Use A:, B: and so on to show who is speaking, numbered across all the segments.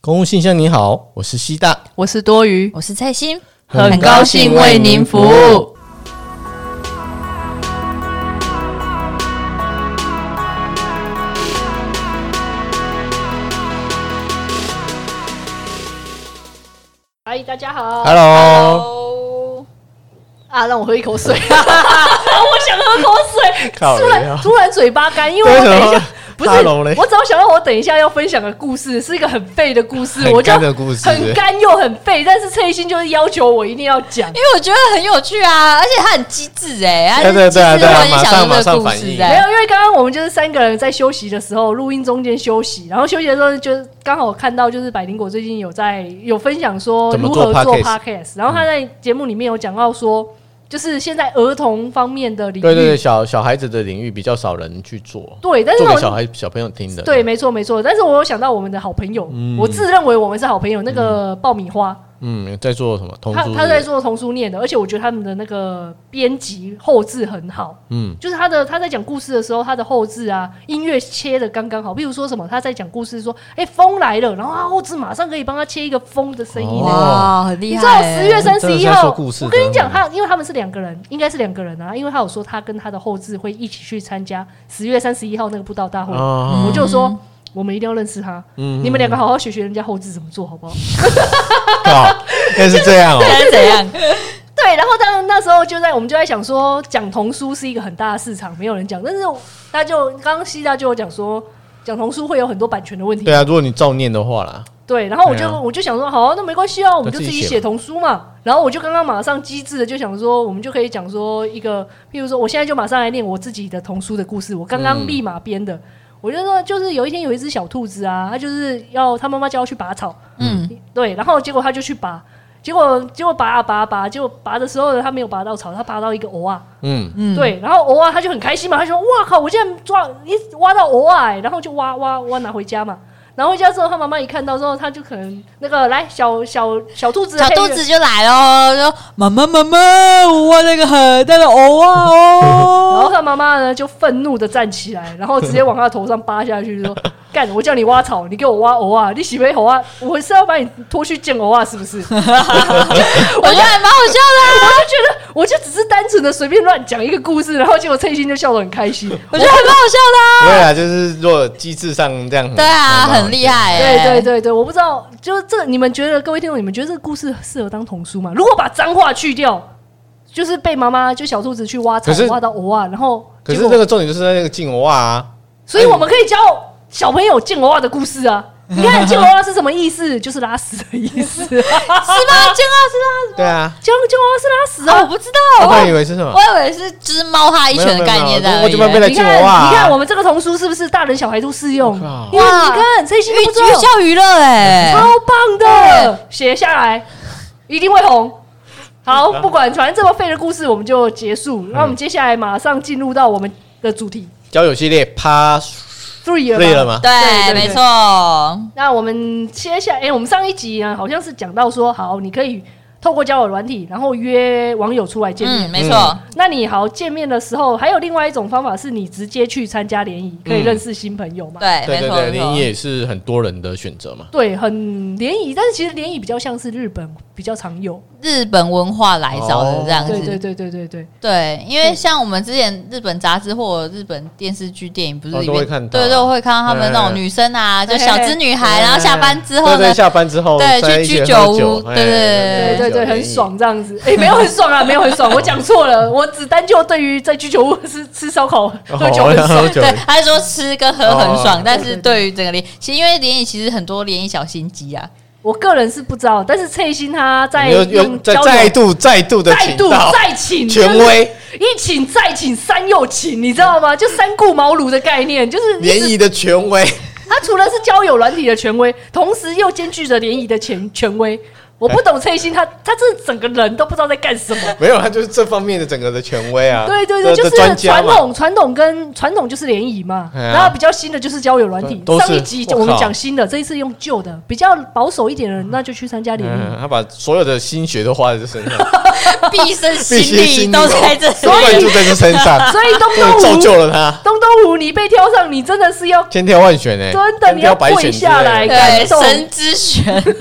A: 公务信箱，你好，我是西大，
B: 我是多余，
C: 我是蔡心，
B: 很高兴为您服务。嗨，大家好。
A: Hello，
C: 哦，
B: 啊，让我喝一口 水。啊，我想喝口水，
A: 靠
B: 突
A: 腰
B: 然突然嘴巴干，因为我
A: 为什
B: 等
A: 么
B: 一 下不是，
A: Hello 嘞
B: 啊我只要想到我等一下要分享的故事是一个很废的故事，
A: 很
B: 我就
A: 干的故事
B: 很干又很废，但是蔡心就是要求我一定要讲
A: 哎
C: 因。为我觉得很有趣啊，而且他很机智哎、他
A: 对对对啊
C: 机智
A: 对啊
C: 我很
A: 马
C: 想听
A: 上
C: 这个
A: 马
C: 故
A: 上反
C: 事
A: 应
C: 这
B: 没有，
C: 样。
B: 因为刚刚我们就是三个人在休息的时候，录音中间休息，然后休息的时候就刚好我看到就是百灵果最近有在有分享说
A: 怎么
B: 如
A: 做
B: 何做
A: podcast
B: podcast，然后他在节目里面有讲到说，就是现在儿童方面的领域，
A: 对对对，小小孩子的领域比较少人去做，
B: 对但是
A: 做给
B: 我
A: 小孩小朋友听的，
B: 对，没错没错。但是我有想到我们的好朋友，
A: 嗯
B: 我自认为我们是好朋友。那个爆米花，
A: 嗯，在做什么？童
B: 他
A: 书
B: 他在，做童书念的，而且我觉得他们的那个编辑后置很好，
A: 嗯，
B: 就是他的他在讲故事的时候，他的后置啊音乐切的刚刚好。比如说什么，他在讲故事说，哎、风来了，然后他后置马上可以帮他切一个风的声音、
A: 哦
B: 欸
C: 哇，很厉
B: 你
C: 害、欸
B: 知道十 月三
A: 真
B: 十
A: 的是
B: 一
A: 在
B: 号，
A: 说故事
B: 我跟
A: 的
B: 你讲，他因为他们是两个人，应该是两个人啊，因为他有说他跟他的后置会一起去参加十月三十一号那个布道大会，
A: 哦
B: 我就说我们一定要认识他，
A: 嗯
B: 你们两个好好学学人家后置怎么做，好不好？
A: 靠，原来是这 样哦，
C: 是怎样？
B: 对，然后当然那时候就在我们就在想说，讲童书是一个很大的市场，没有人讲，但是他就刚刚西大就有讲说。讲童书会有很多版权的问题，
A: 对啊，如果你照念的话啦，
B: 对然后我就、
A: 对啊
B: 我就想说，好、啊，那没关系啊，我们就
A: 自
B: 自
A: 己
B: 己
A: 写
B: 写
A: 吧
B: 童书嘛。然后我就刚刚马上机智的就想说，我们就可以讲说一个，譬如说，我现在就马上来念我自己的童书的故事，我刚
A: 嗯
B: 刚立马编的。我就说，就是有一天有一只小兔子啊，它就是要它妈妈叫它去拔草，
C: 嗯，
B: 对，然后结果他就去拔，结果结果拔啊拔啊拔，结果拔的时候呢，他没有拔到草，他拔到一个偶啊，
A: 嗯，
C: 嗯
B: 对，然后偶啊他就很开心嘛，他就说哇靠，我竟然抓一挖到偶啊、欸然后就挖挖挖拿回家嘛。拿回家之后，他妈妈一看到之后，他就可能那个来小小小兔子，
C: 小肚子就来了，就说妈妈妈妈，我挖了一个很大的藕啊
B: 然后
C: 哦，
B: 他妈妈呢就愤怒的站起来，然后直接往他头上扒下去，说：“干，我叫你挖草，你给我挖藕啊！你喜欢藕啊？我是要把你拖去见藕啊，是不 是？”
C: 我觉得还蛮好笑的啊、
B: 我就觉得，我就只是单纯的随便乱讲一个故事，然后结果蔡欣就笑得很开心。
C: 我觉得还蛮好笑的啊、
A: 对啊，就是如果机制上这样，
C: 对啊，很厉
A: 害，
C: 害、
B: 对对，对对，我不知道，就是这个，你们觉得各位听众，你们觉得这个故事适合当童书吗？如果把脏话去掉，就是被妈妈就小兔子去挖草
A: 可是
B: 挖到偶啊，然后
A: 可
B: 结
A: 是
B: 果，
A: 这个重点就是在那个进娃啊，
B: 所以我们可以教小朋友见偶啊的故事 啊。你看见偶啊是什么意思？就是拉屎的意 思、啊。
C: 是吗？健康是吗？
A: 对啊，
B: 见见偶啊是拉屎
C: 啊，
B: 啊
C: 我。不知道，
A: 我本来以
C: 我
A: 为是什么
C: 我，以为是只猫它一拳的概念
A: 没有没有
C: 在
A: 没有
C: 而已。
A: 我就慢慢来
B: 你
A: 见
B: 看，
A: 偶啊，
B: 你看，我们这个童书是不是大人小孩都适用？
A: 我靠
B: 因为你看，这一期都
C: 寓
B: 不做
C: 寓教于乐哎、
B: 超棒的，哎写下来一定会红。好，不管，反正这么废的故事我们就结束。那我们接下来马上进入到我们的主题
A: 交友系列趴
B: three
A: 累了
B: 吧？
A: 吗？
C: 对，
B: 对对
C: 没
B: 对
C: 错，
B: 那我们接下来，哎、我们上一集呢好像是讲到说，好，你可以透过交友软体，然后约网友出来见面。
C: 嗯，没错，
B: 那你好见面的时候，还有另外一种方法是你直接去参加联谊，可以
A: 嗯
B: 认识新朋友嘛？
C: 对，
A: 对
C: 哎没
A: 对
C: 错，
A: 对，
C: 没
A: 联谊
C: 错。
A: 也是很多人的选择嘛。
B: 对，很联谊，但是其实联谊比较像是日本比较常有。
C: 日本文化来着的这样
A: 哦
B: 对对
C: 子，
B: 对对对对。
C: 对，因为像我们之前日本杂志或者日本电视剧、电影，不是
A: 哦
C: 里
A: 都会
C: 面
A: 看到
C: 对，都会看到他们那种女生啊，就小资女孩，然后下班之后
A: 对
C: 呢
A: 对，，下班之后
C: 对
A: 在
C: 去
A: 一起
C: 居
A: 喝
C: 酒屋
A: 酒哎
C: 对
B: 对
C: 对
B: 对对，很爽这样子。哎、没有很爽啊，没有很爽，我讲错了。 我只单就对于在居酒屋吃吃烧烤、喝酒很
A: 哦
B: 爽。
A: 喝酒
C: 对，他说吃跟喝很
A: 哦
C: 爽，但是
B: 对对对
C: 对于整个联，其实因为联谊其实很多联谊小心 机啊，
B: 我个人是不知道，但是蔡欣他在
A: 又
B: 用
A: 又再
B: 交
A: 再
B: 友
A: 度再度的
B: 再
A: 请
B: 度
A: 到
B: 再 请
A: 权，威
B: 就是一请再请三又请，你知道吗？就三顾茅庐的概念，就是一直
A: 联谊的权威，
B: 他除了是交友软体的权威，同时又兼具着联谊的权权威。我不懂崔鑫，他他这整个人都不知道在干什么。
A: 没有，他就是这方面的整个的权威啊，
B: 对对
A: 的
B: 对，
A: 的
B: 就
A: 专
B: 是
A: 家
B: 传
A: 嘛
B: 统传统跟传统就是联谊嘛，
A: 哎呀
B: 然后比较新的就是交友软体。
A: 都都
B: 上
A: 是
B: 一集
A: 我
B: 我们
A: 靠嗯
B: 讲新的，这一次用旧的，比较保守一点的人那就去参加联谊。
A: 嗯，他把所有的心血都花在这身上，
C: 毕生心
A: 必须
C: 力
A: 心
C: 都在 这
A: 都灌注在这身上，
B: 所以东
A: 真的
B: 东
A: 造
B: 吴，
A: 就了他，
B: 东东吴，你被挑上，你真的是要
A: 千挑万选哎，
B: 真的
A: 千
B: 你
A: 挑
B: 要
A: 百选
B: 跪
A: 之
B: 下
A: 类的
B: 来
C: 对
B: 感动
C: 神之选，
A: 你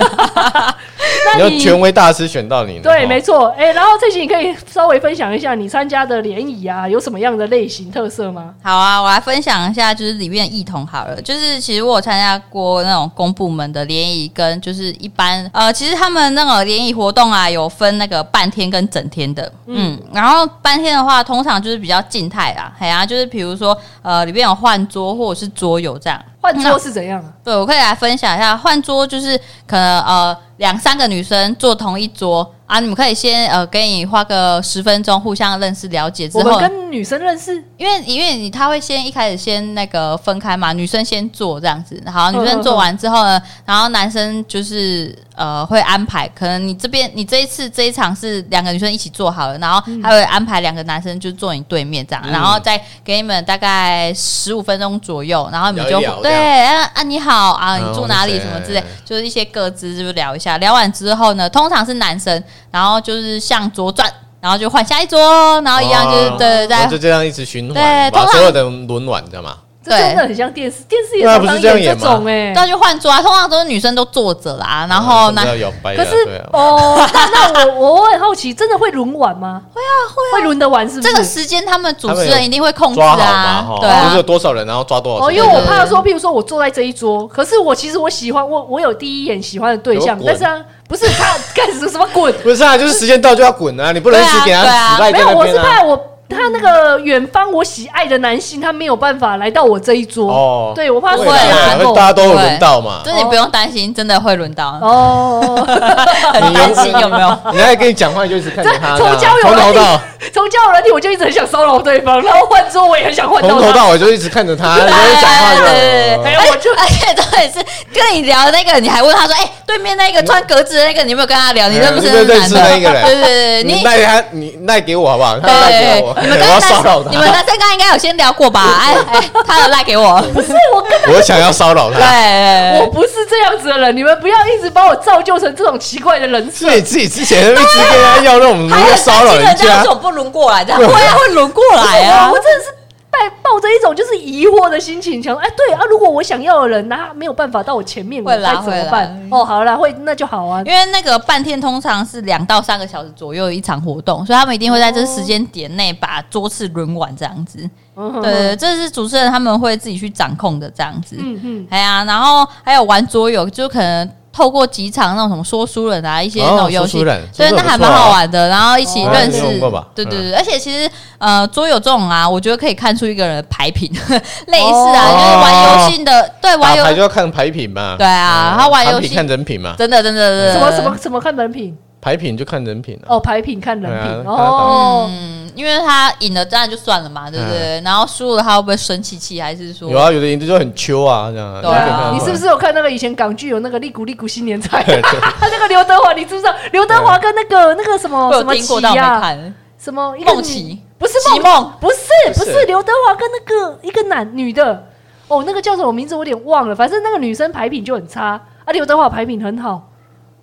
B: 那
A: 要
B: 你
A: 权威大师选到你呢，
B: 对，
A: 哦
B: 没错。哎、然后这期你可以稍微分享一下你参加的联谊啊，有什么样的类型特色吗？
C: 好啊，我来分享一下，就是里面的异同好了。就是其实我有参加过那种公部门的联谊，跟就是一般呃，其实他们那个联谊活动啊，有分那个半天跟整天的。嗯，然后半天的话，通常就是比较静态啦，哎呀、就是比如说呃，里面有换桌或者是桌游这样。
B: 换桌是怎样啊？
C: 对，我可以来分享一下换桌，就是可能呃两三个女生坐同一桌啊，你们可以先呃给你花个十分钟互相认识了解之
B: 我们
C: 后，
B: 跟女生认识，
C: 因为因为你他会先一开始先那个分开嘛，女生先做这样子，好，
B: 嗯
C: 女生做完之后呢，然后男生就是呃会安排，可能你这边你这一次这一场是两个女生一起做好了，然后他会安排两个男生就坐你对面这样，
A: 嗯
C: 然后再给你们大概十五分钟左右，然后你们就
A: 聊一聊这
C: 对啊啊你好啊
A: 嗯
C: 你住哪里
A: 我是
C: 什
A: 谁哎
C: 么之类，就是一些各自就是聊一下，聊完之后呢，通常是男生，然后就是向左转。然后就换下一桌，然后一样就是、
A: 哦
C: 对对
A: 然
C: 对
A: 后，就这样一直循
C: 对
A: 环，把
C: 通常
A: 所有的人轮完，你知道吗？
B: 这
C: 对
B: 真的很像电视，电视也
A: 对啊
B: 常
A: 不
B: 常
A: 是这样
B: 这
A: 演吗
B: 种哎、
C: 那就换桌啊，通常都是女生都坐着啦，然后
A: 啊
C: 呢，
A: 都要摇摆
B: 可
A: 的，
B: 是
A: 对啊，
B: 哦，那那我我很好奇，真的会轮碗吗？会啊会啊，会轮得完是不是？
C: 这个时间他们主持
A: 他们
C: 人
A: 有
C: 一定会控制
A: 抓好嘛，
C: 啊，
A: 哈
C: 对
A: 就是有
C: 啊，
A: 多少人，然后抓多少
B: 哦，
A: 人，
B: 因为我
C: 对
B: 怕说，譬如说我坐在这一桌，可是我其实我喜欢我我有第一眼喜欢的对象
A: 给，我滚
B: 但是啊，不是他干什么什么滚，
A: 不是啊，就是时间到就要滚啊，你不能一直给他
C: 对啊
A: 死赖
B: 没
A: 在
B: 有，
A: 那
B: 我是
A: 边
B: 怕
A: 啊。
B: 我他那个远方我喜爱的男性，他没有办法来到我这一桌，
A: 哦
B: 对我怕
A: 会
B: 是
C: 不会
A: 啦
C: 啊
A: 会大家都有轮到嘛。
C: 这你不用担心，真的会轮到，
B: 哦，
C: 很担心有没有？
A: 人家跟你讲话，你就一直看着他，
B: 这从
A: 这样
B: 交友
A: 从
B: 软
A: 头
B: 体
A: 到
B: 从交友软体我就一直很想骚扰对方，然后换桌我也很想换
A: 从
B: 到
A: 头
B: 他，
A: 到尾就一直看着他，人家在讲话
C: 对
A: 这
B: 哎
A: 样。
B: 呀，我就
C: 而且重点是跟你聊的那个，你还问他说：“哎、对面那个穿格子的那个，你有没有跟他聊？你认不
A: 哎
C: 认
A: 你认
C: 识
A: 识
C: 男的？”
A: 那个人
C: 对对对对，
A: 你
C: 你
A: 赖他，你赖给我好不好？他赖
C: 对
A: 给我，，
C: 你们
A: 我
C: 刚
A: 要
C: 刚
A: 骚扰
C: 你们
A: 他，
C: 刚刚应该有先聊过吧？哎哎，他有赖给我，
B: 不是我根
A: 我想要骚扰
C: 对，
A: 他，
B: 我
C: 我
B: 不是这样子的人，你们不要一直把我造就成这种奇怪的人设
A: 是。你自己之前一直跟人家要那种
C: 还有
A: 骚扰人
C: 人家，
A: 家
C: 为什，么不轮过来？这样会啊，会轮过来啊
B: 我！真的是抱抱着一种就是疑惑的心情，想说哎，对啊，如果我想要的人，他没有办法到我前面，我
C: 会
B: 该
C: 啦
B: 怎么办
C: 会啦？
B: 哦，好啦，会那就好啊。
C: 因为那个半天通常是两到三个小时左右一场活动，所以他们一定会在这时间点内把桌次轮完这样子。
B: 嗯哼
C: 对，这是主持人他们会自己去掌控的这样子。
B: 嗯嗯，
C: 哎呀，然后还有玩桌游，就可能透过几场那种什么说书人啊，一些那种
A: 哦
C: 游
A: 说
C: 戏
A: 书人，说
C: 对，
A: 书
C: 那
A: 人
C: 还
A: 不错
C: 蛮
A: 啊
C: 好玩的。然后一起
B: 哦
C: 认识
A: 你有用过吧，嗯
C: 对对对，而且其实呃，桌游这种啊，我觉得可以看出一个人的牌品， 类似啊，
A: 哦
C: 就是玩游戏的，对，玩
A: 打牌
C: 游
A: 就要看牌品嘛。
C: 对啊
A: 嗯
C: 他玩游戏
A: 盘品看人品嘛，
C: 真的真的真
B: 什么
C: 的
B: 什么什么看人品
A: 牌品就看人品啊。
B: 哦，牌品看人品
A: 对啊
B: 哦，
C: 嗯，因为他赢了，当然就算了嘛，对不对？然后输了，他会不会生气气？还是说
A: 嗯有啊，有的赢的就很秋啊，这样啊。
C: 对啊
B: 你是不是有看那个以前港剧有那个利古利古新年菜？ 他那个刘德华，你知不知道？刘德华跟那个那个什么
C: 我
B: 什
C: 有
B: 么啊
C: 听
B: 琪
C: 过，但我没
B: 呀，
C: 看。
B: 什么一个女
C: 梦琪
B: 不是
C: 琪梦，
B: 不是不
A: 不是
B: 是刘德华跟那个一个男女的，哦，那个叫什么名字我有点忘了，反正那个女生牌品就很差，啊，刘德华牌品很好，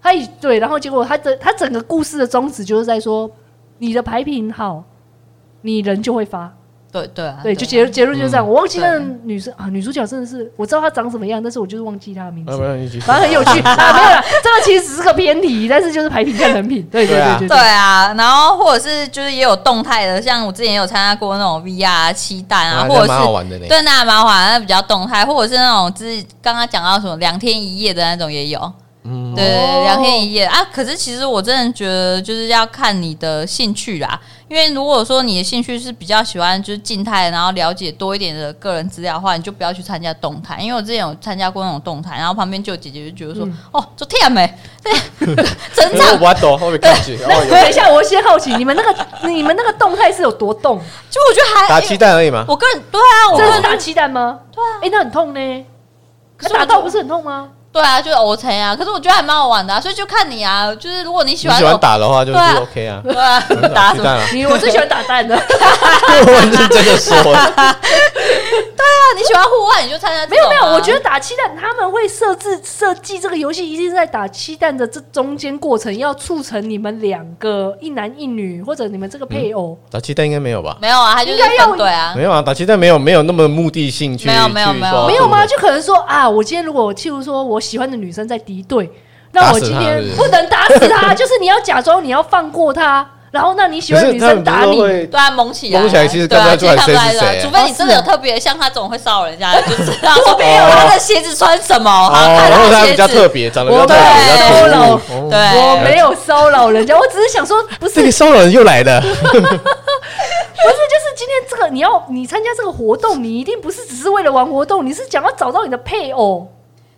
B: 他以对，然后结果他整他整个故事的宗旨就是在说，你的牌品好，你人就会发，
C: 对对啊，
B: 对，就
C: 啊
B: 结结论就是这样。我忘记那个
C: 对
B: 女生啊，女主角真的是我知道她长什么样，但是我就是忘记她的名
A: 啊，
B: 字
A: 没。有你继续
B: 反正很有趣啊，没有啦，这个其实只是个偏题，但是就是牌品看人品，对对
A: 对啊
B: 对
C: 对啊，然后或者是就是也有动态的，像我之前也有参加过那种 VR 七蛋啊，
A: 啊
C: 或
A: 那
C: 者
A: 蛮好
C: 是
A: 玩的呢。
C: 对那蛮好玩，那比较动态，或者是那种就是刚刚讲到什么两天一夜的那种也有。
A: 嗯
C: 对
B: 哦，
C: 两天一夜啊！可是其实我真的觉得，就是要看你的兴趣啦。因为如果说你的兴趣是比较喜欢就是静态，然后了解多一点的个人资料的话，你就不要去参加动态。因为我之前有参加过那种动态，然后旁边就有姐姐就觉得说：“
B: 嗯
C: 哦，昨天没， 这成
A: 我
C: 长
A: 玩抖，后面看去，哦，有
B: 等一下，我先好奇，你们那个你们那个动态是有多动？
C: 就我觉得还
A: 打鸡蛋而已嘛。
C: 我个人对啊，我
B: 真
C: 个
B: 的是
C: 人
B: 打鸡蛋吗？
C: 对啊，
B: 哎、那很痛呢。
C: 可
B: 可
C: 是
B: 是
C: 我
B: 打到
C: 就
B: 不是很痛吗？？
C: 对对啊，就是 OK 啊。可是我觉得还蛮好玩的啊，所以就看你啊。就是如果你喜
A: 你
C: 欢
A: 喜
C: 那种，
A: 欢打的话，就是
C: 对啊
A: OK 啊。
C: 对啊，打什
A: 鸡
C: 么？
A: 蛋啊
B: 你我最喜欢打蛋的，
A: 我认真的说了，
C: 啊那你喜欢户外你就参加 这
B: 没有
C: 种啊、
B: 没有，我觉得打鸡蛋他们会设置设计这个游戏，一定是在打鸡蛋的这中间过程，要促成你们两个一男一女或者你们这个
A: 嗯
B: 配偶。
A: 打鸡蛋应该没有吧？
C: 没有啊，他就是
B: 应该要
C: 分队啊。
A: 没有啊，打鸡蛋没有没有那么目的性去
C: 没有没有
A: 去
C: 没有
A: 说
B: 没有吗？
A: 哦对
B: 就可能说啊，我今天如果譬如说我喜欢的女生在敌对，那我今天
A: 打死她是不
B: 不能打死她， 就是你要假装你要放过她，然后那你喜
A: 不对
B: 欢的
A: 可
B: 女
A: 是他们
B: 生
A: 不
B: 打
A: 是
B: 你
A: 都，会
C: 对啊，蒙起来啊，
A: 蒙起来其实
C: 对啊
A: 看不出来
C: 其实看
A: 谁是谁
C: 除非你真的有特别像他这种会骚扰人家的，就知道说没有他的鞋子穿什么，
A: 哦，
C: 啊看
A: 然后
C: 他
A: 他
C: 的
A: 比较特
C: 鞋子，哦
A: 别，长得比
B: 我
A: 较特
C: 对
A: 别，比较突
B: 骚
A: 兀。哦
C: 对，
B: 我没有骚扰人家，我只是想说，不是
A: 这个骚扰人又来 了，
B: 不是，就是今天这个你要你参加这个活动，你一定不是只是为了玩活动，你是想要找到你的配偶。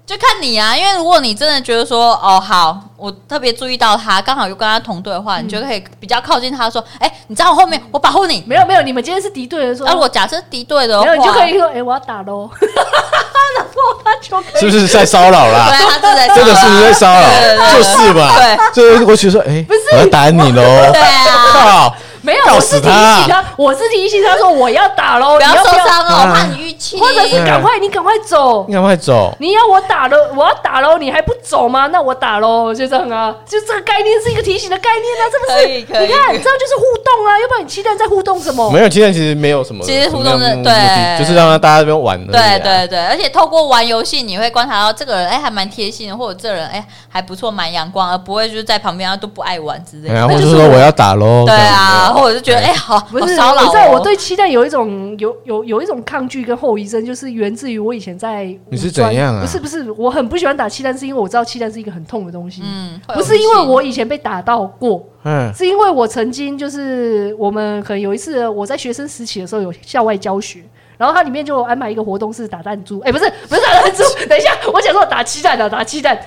C: 就看你啊，因为如果你真的觉得说，哦，好，我特别注意到他，刚好又跟他同队的话，你就可以比较靠近他说，哎、你站我后面，我保护你。
B: 没有没有，你们今天是敌对的说，
C: 那、如果假设敌对的
B: 然
C: 话，
B: 后你就可以说，哎、我要打喽， 然后他就可以
A: 是不是在骚扰啦？
C: 对他正在
A: 真的是不是在骚扰
C: 对对？对
A: 就是嘛，
C: 对
A: 就是我觉得说，哎
B: 不是，
A: 我要打你喽！
C: 对啊，
A: 靠，
B: 没有，
A: 告
B: 我是
A: 死
B: 提
A: 他
B: 醒他，我是提醒他说我要打喽，
C: 不
B: 你
C: 要
B: 要
C: 受
B: 不要？
C: 伤哦，
A: 啊
C: 我怕你遇气，
B: 或者是
A: 嗯
B: 赶快你赶快走
A: 你，赶快走！
B: 你要我打了，我要打喽，你还不走吗？那我打喽，就这样啊，就这个概念是一个提醒的概念啊，是不
C: 可以可
B: 是？
C: 以
B: 你看，这样就是互动啊，要不然你期待在互动什么？
A: 没有，今天其实没有什么，
C: 其实互动是
A: 没有目的
C: 对
A: 就是让大家这边玩而已啊
C: 对对对，而且透过玩游戏，你会观察到这个人哎、还蛮贴心的，或者这个人哎、还不错，蛮阳光，而不会就是在旁边他都不爱玩之类
A: 哎呀，
C: 的。
A: 或
B: 那
A: 者
B: 就是
A: 说
B: 我
A: 我要打喽，
C: 对
A: 这样
C: 啊，
A: 子
C: 或者是觉得哎、好
B: 不
C: 好
B: 是，
C: 骚扰、哦。
B: 你知道我对期待有一种有有有一种抗拒跟后遗症，就是源自于我以前在
A: 你是
B: 武专
A: 怎样啊
B: 不是不是，我很不喜欢打气弹，是因为我知道气弹是一个很痛的东西。
C: 嗯，会有
B: 不是因为
C: 信
B: 我以前被打到过，
A: 嗯，
B: 是因为我曾经就是我们可能有一次我在学生时期的时候有校外教学，然后它里面就有安排一个活动是打弹珠，哎、不是不是打 弹珠，等一下我讲说打鸡蛋的、啊打鸡蛋，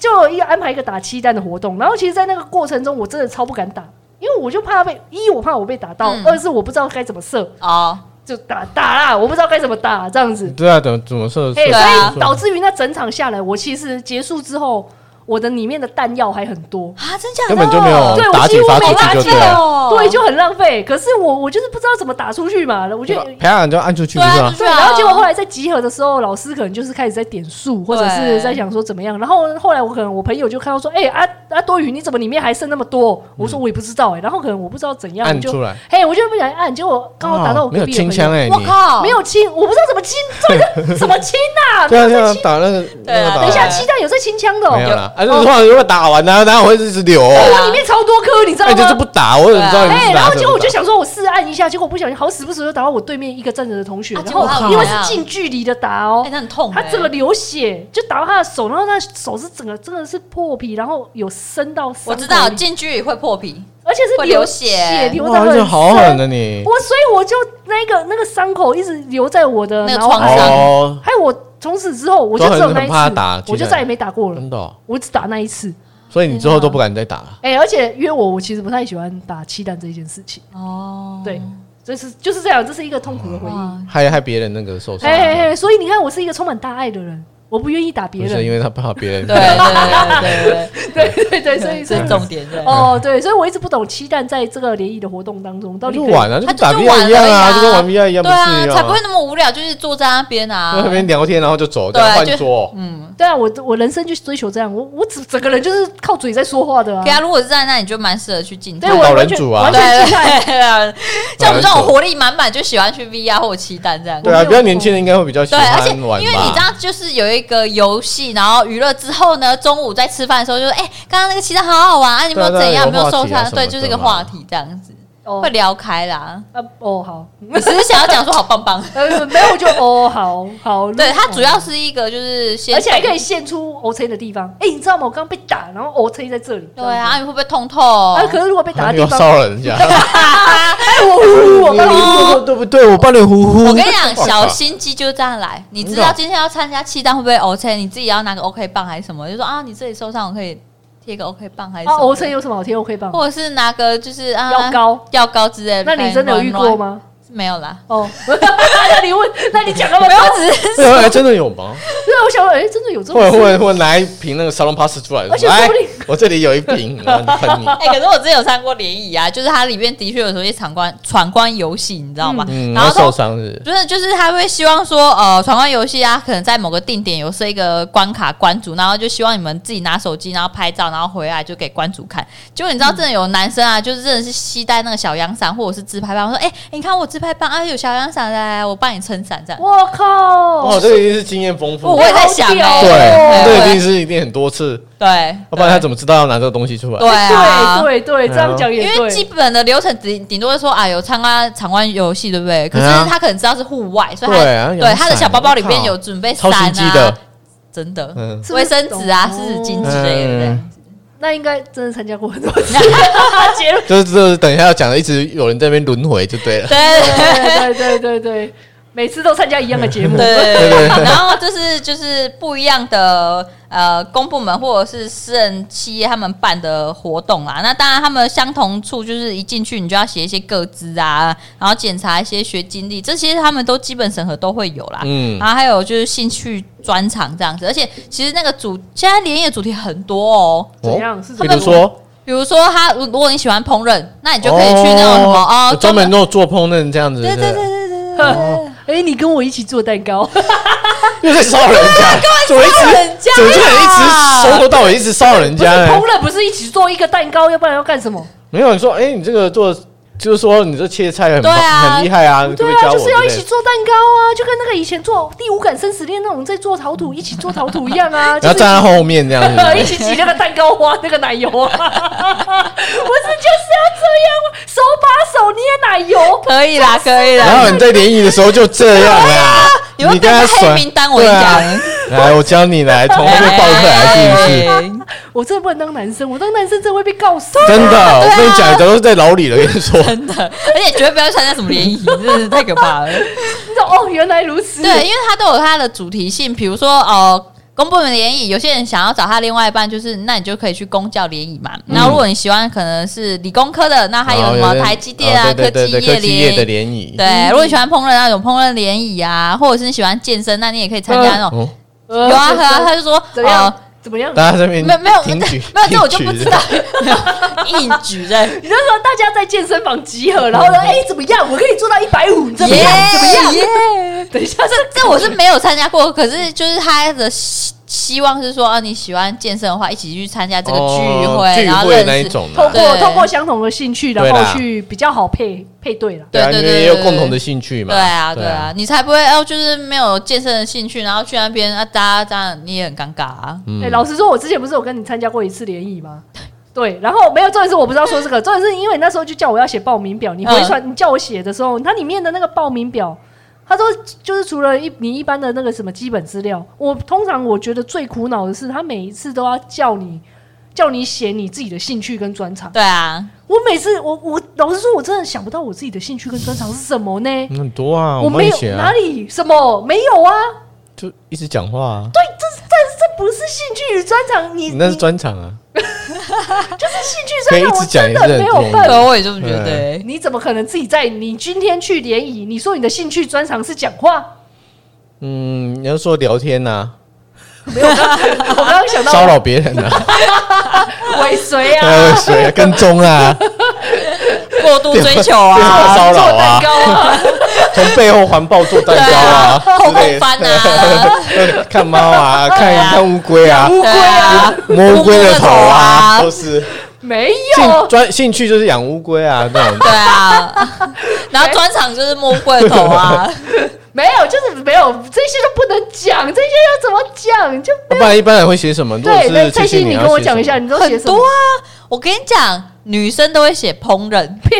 B: 就有一个安排一个打鸡蛋的活动，然后其实，在那个过程中我真的超不敢打。因为我就怕被一，我怕我被打到；
C: 嗯
B: 二是我不知道该怎么射，
C: 哦，
B: 就打打啦，我不知道该怎么打这样子。
A: 对啊，怎么怎么设？设
B: 哎、
C: 对啊
B: 所以导致于那整场下来，我其实结束之后，我的里面的弹药还很多，
C: 啊，真假的？
A: 根本就没有
B: 对我
A: 打
B: 几
A: 几
B: 乎
A: 发
B: 没
A: 出
B: 打
A: 去就
B: 几
A: 对了。
C: 哦
B: 对，就很浪费。可是我我就是不知道怎么打出去嘛，我就
A: 培养就按出去
C: 对
A: 不是
C: 啊，
A: 吗
C: 就？是
B: 对，
C: 啊
B: 然后结果后来在集合的时候，老师可能就是开始在点数，或者是在想说怎么样。然后后来我可能我朋友就看到说，哎、啊啊多余，你怎么里面还剩那么多？我说我也不知道哎、然后可能我不知道怎样，
A: 嗯
B: 我
A: 按
B: 就
A: 出来，
B: 嘿，我就不小心按，结果刚好打到我
A: 哦没有
B: 隔壁的朋
A: 清
B: 友。
A: 枪哎，
C: 我
A: 你
C: 靠，
B: 没有亲，我不知道怎么亲，这个怎么亲呐、
A: 对啊，
B: 没有在
A: 像
B: 亲
A: 打那个
C: 对
A: 那
C: 啊
A: 个打
B: 等一下，
C: 亲
B: 鸡蛋有在清枪的、哦，
A: 没有啦，啊，
B: 有
A: 就是通常如果打完呢，然后会一直流哦，
C: 对啊
B: 我里面超多颗，你知道
A: 哎，
B: 吗？
A: 就是不打，我怎么知道你
B: 哎、
A: 是
B: 然
A: 打
B: 后
A: 什
B: 结果我
A: 么
B: 就
A: 打？
B: 想说，我试按一下，结果不小心好死不死就打到我对面一个站着的同学，
C: 啊
B: 然
C: 结果
B: 后
C: 他
B: 因为
C: 怎么
B: 是
C: 样
B: 近距离的打哦
C: 哎，，那很痛
B: 他
C: 哎，
B: 整个流血，就打到他的手，然后他手是整个真的是破皮，然后有深到伤口
C: 我
B: 里
C: 知道，近距离会破皮，
B: 而且是
C: 会流
B: 血，
C: 血
B: 流
A: 哇，
B: 到
A: 这好狠
B: 很深。
A: 的你
B: 我所以我就那个那个伤口一直留在我的
C: 那个
B: 脑
C: 创
B: 海
C: 伤
B: 里，
A: 哦，
B: 还有我从此之后我就
A: 都很
B: 只有那
A: 很怕打
B: 一次，我就
A: 竟然
B: 再也没打过了，
A: 真的哦，
B: 我只打那一次。
A: 所以你之后都不敢再打了。
B: 哎、而且约我，我其实不太喜欢打气弹这一件事情。
C: 哦，
B: 对，这是就是这样，这是一个痛苦的回忆。
C: 哇，
A: 害害别人那个受伤，
B: 哎哎哎，所以你看，我是一个充满大爱的人，我不愿意打别
A: 不是因
B: 人。
A: 为他怕别人
C: 对对对
B: 对对对，所以
C: 对对，
B: 所
C: 这
B: 以
C: 是重点，对。
B: 哦，对，所以我一直不懂期待在这个联谊的活动当中到底
A: 就
B: 可以
A: 玩啊，就
C: 他
A: 跟
C: 就
A: 打
C: 就
A: VR
C: 玩
A: 一样
C: 而已
A: 啊，
C: 啊
A: 就跟玩 VR 一样，不
C: 对
A: 是
C: 啊
A: 一，样
C: 才不
A: 啊
C: 会，那么无聊，就是坐在那边啊
A: 在。那边聊天然后就走，
C: 对
A: 然后
C: 就
A: 换桌，
C: 嗯，
B: 对啊，我我人生就追求这样，我我整整个人就是靠嘴在说话的啊
C: 对。啊，如果是在那，你就蛮适合去进
B: 对，
C: 退
B: 我。
A: 老
B: 完
A: 人
B: 全
A: 组啊
B: 完
C: 对
B: 全期待。
C: 对对，像我们这种活力满满，就喜欢去 VR 或期待这样。
A: 对啊，比较年轻人应该会比较喜
C: 嗯对，而且
A: 欢
C: 因为
A: 玩
C: 你知
A: 吧。
C: 道，就是有一个游戏，然后娱乐之后呢，中午在吃饭的时候就说：“哎、刚刚那个骑的好好玩啊，你有没有
A: 对啊
C: 怎样？有没有
A: 有
C: 受
A: 话题啊
C: 伤？”
A: 什么
C: 对，
A: 的
C: 就是一个
A: 嘛
C: 话题这样子，
B: 哦
C: 会聊开啦。
B: 啊哦好，
C: 你只是想要讲说好棒棒，
B: 呃没有就哦好好。
C: 对，它
B: 哦
C: 主要是一个就是先，
B: 而且还可以现出 OK 的地方。哎，你知道吗？我刚被打，然后 OK 在这里。
C: 对啊，你会不会痛痛？啊
B: 啊，可是如果被打的
A: 你又
B: 地方，
A: 骚扰人 家，
B: 哎我呼呼我帮你
C: 哦
A: 对不对？我帮你呼呼。
C: 我跟你讲，
A: 靠
C: 小心机就是这样来。你知
A: 真的
C: 道
A: 哦
C: 今天要参加气弹会不会 OK？你自己要拿个 OK 棒还是什么？就说啊，你这里受伤，我可以贴个 OK 棒还是什
B: 啊
C: 么的？
B: ，O C 有什么好贴 OK 棒？
C: 或者是拿个就是啊
B: 药膏，
C: 药膏之类的。
B: 那你真的有遇过？吗？
C: 啊没有 啦，
B: 哦，那你问，那你讲那么
C: 没有
B: 多，，
C: 只是
A: 对，后来哎真的有吗？
B: 因为我想说，哎，真的有这
A: 后来
B: 种事
A: 后来后来拿一瓶那个沙龙 pass 出来，
B: 而且
A: 来
B: 说不定，
A: 我这里有一瓶， 然后喷你。
C: 哎、可是我之前有参过联谊啊，就是它里面的确有时候一些闯关闯关游戏，你知道吗？
A: 嗯，然
C: 然后
A: 后受
C: 通
A: 伤是
C: 不是， 就是他会希望说，呃，闯关游戏啊，可能在某个定点有设一个关卡关主，然后就希望你们自己拿手机，然后拍照，然后回来就给关主看。结果你知道，真的有男生啊，就是真的是携带那个小阳伞或者是自拍棒，我说，哎、你看我自拍棒 啊，有小阳伞，来来，我帮你撑伞这样。
B: 我
A: 哦，
B: 靠，
A: 这个一定是经验丰富
C: 我。也在想、哎，
B: 好
A: 对，
B: 屌哦
A: 这
C: 对
A: 一定是一定很多次，
C: 对，
A: 要不然他怎么知道要拿这个东西出来？
C: 对啊？
B: 对对对，这样讲也
C: 因
B: 对，
C: 为基本的流程顶顶多是说啊有参加场外游戏，对不对？可是
A: 对啊
C: 他可能知道是户外，所以
A: 对啊
C: 他
A: 阳伞
C: 他的小包包里面有准备伞
A: 超心机
C: 啊
A: 的，
C: 真的
A: 嗯
B: 是不
C: 卫
B: 是
C: 生纸啊、
B: 懂
C: 湿纸巾
B: 哦
C: 之类的对。
B: 那应该真的参加过很多次，结论
A: 就是就是等一下要讲的，一直有人在那边轮回就对 了。
C: 对
B: 对对对对对，每次都参加一样的节目，
C: 对
A: 对对对
C: 然后就是就是不一样的呃公部门或者是私人企业他们办的活动啦。那当然他们相同处就是一进去你就要写一些个资啊，然后检查一些学经历，这些他们都基本审核都会有啦。
A: 嗯
C: 然后还有就是兴趣专长这样子，而且其实那个主现在联谊的主题很多哦。
B: 怎样是
A: 比
B: 怎
A: 如
B: 样
A: 说，
C: 比如说他，如如果你喜欢烹饪，那你就可以去那种什么
A: 哦
C: 哦，
A: 有专门做做烹饪这样子，
C: 对对对对对对对对，
B: 哎、你跟我一起做蛋糕，
A: 对，又在骚扰人 家，怎么一
C: 骚扰
A: 直
C: 人家啊
A: 怎么就很
C: 啦
A: 一直从头到尾一直骚扰人
B: 不是
A: 家呢
B: 烹？饪，不是一起做一个蛋糕，要不然要干什么？
A: 没有，你说，哎，你这个做，就是说你这切菜很
C: 对啊
A: 很厉害啊，可不
B: 对
A: 可以
B: 啊，
A: 教我？
B: 就是要
A: 之
B: 一
A: 类
B: 起
A: 的
B: 做蛋糕啊，就跟那个以前做《第五感生死恋》那种在做陶土一起做陶土一样 啊，就
A: 然后
B: 是
A: 站在 后面这样
B: 一
A: 子，
B: 起挤那个蛋糕花那个奶油啊，我是就是要这样手把手捏奶油，
C: 可以啦，可以
A: 然
C: 啦。
A: 后你在联谊的时候就这样啦，
C: 你会
A: 跟
C: 变
A: 他
C: 成黑
A: 甩
C: 名单，我跟你
A: 对啊
C: 讲。
A: 来，我教你 来，从后面抱起来，是不是？
C: 哎
B: 我真的不能当男生，我当男生真的会被告死。
A: 真的，
C: 对啊
A: 我跟你讲，早都是在牢里了。跟你说，
C: 真的，而且绝对不要参加什么联谊，真是太可怕了。
B: 你知道哦，原来如此。
C: 对，因为它都有它的主题性，比如说呃。公部门联谊，有些人想要找他另外一半，就是那你就可以去公教联谊嘛。那、如果你喜欢可能是理工科的，那还有什
A: 然后
C: 么
A: 人
C: 台积电啊、
A: 嗯哦对对对对
C: 科
A: 科
C: 技
A: 技
C: 业
A: 业的
C: 联谊。
A: 联谊，
C: 对，如果你喜欢烹饪那种烹饪联谊啊，或者是你喜欢健身，那你也可以参加那种。
A: 哦，
B: 呃
C: 有啊，有啊，他就说
B: 怎么样、
C: 呃，
B: 怎么样？
A: 大家这边
C: 没有没有
A: 挺举，
C: 没有，这我就
A: 挺
C: 不
A: 举
C: 知道。 硬举在
B: 你就说大家在健身房集合，然后呢，哎、怎么样？我可以做到一百五，怎么样怎么样？
C: 耶
B: 等一下，这
C: 这我是没有参加过，可是就是他的希希望是说，啊，你喜欢健身的话，一起去参加这个聚
A: 哦
C: 会，
A: 聚
C: 然后
A: 会那
C: 认
A: 一
C: 识。
A: 种啊
B: 通
A: 的，
B: 嗯过
C: 对
B: 通过相同的兴趣，然
A: 对啦
B: 后去比较好配配对了。
A: 啊，
C: 对对
A: 因
C: 对
A: 为
C: 对
A: 有
C: 对
A: 共同的兴趣嘛。
C: 对啊，对啊，，你才不会哦，就是没有健身的兴趣，然后去那边啊，大家当然你也很尴尬啊。
A: 嗯
B: 哎、老实说，我之前不是有跟你参加过一次联谊吗？对，然后没有重点是我不知道说这个，重点是因为你那时候就叫我要写报名表，你回
A: 嗯
B: 传、你叫我写的时候，它里面的那个报名表，他说就是除了一你一般的那个什么基本资料，我通常我觉得最苦恼的是他每一次都要叫你叫你写你自己的兴趣跟专长，
C: 对啊，
B: 我每次我我老实说，我真的想不到我自己的兴趣跟专长是什么呢？
A: 嗯很多啊，
B: 我
A: 帮
B: 没
A: 你
B: 有
A: 写啊
B: 哪，里什么没有啊？
A: 就一直讲话啊，
B: 对，这这这不是兴趣与专长，你
A: 你那是
B: 你
A: 专场啊，
B: 就是兴趣专
A: 可以
B: 长，
A: 一
B: 我
A: 直讲
B: 真的
A: 也是
B: 没
A: 很
B: 有
A: 重要
B: 办
C: 对，啊
B: 法。
C: 我也这么觉得。
A: 对
C: 欸
B: 你怎么可能自己在你今天去联谊？你说你的兴趣专长是讲话？
A: 嗯，你要说聊天呐，
B: 我刚刚想
A: 骚
B: 到
A: 扰哎别人呐，
B: 尾随啊，
A: 还有谁跟踪 啊，
C: 过度追求
A: 电
C: 啊，
A: 话骚
B: 做
A: 扰
B: 蛋
A: 啊，
B: 糕啊，
A: 从背后环抱做蛋糕啊，
C: 对啊
A: 之类的
C: 后空翻啊
A: 看猫啊，看
C: 对啊
A: 看乌龟啊，
B: 乌龟
C: 对
B: 啊，
C: 啊，
A: 摸乌龟的头啊，
C: 乌龟的头啊
A: 都是。
B: 没
A: 兴
B: 有。
A: 专兴趣就是养乌龟啊，那 种
C: 对啊， 然后专场就是摸棍头 啊，
B: 没有，就是没有这些都不能讲，这些要怎么讲？就
A: 那不然一般人会写什么？如果
B: 对，那
A: 是
B: 蔡
A: 其实
B: 欣，
A: 你
B: 你
A: 要
B: 跟我
A: 写
B: 讲一
A: 什
B: 下，
A: 么，
B: 你都写
C: 很
B: 什么
C: 多？啊。我跟你讲，女生都会写 烹饪，
B: 屁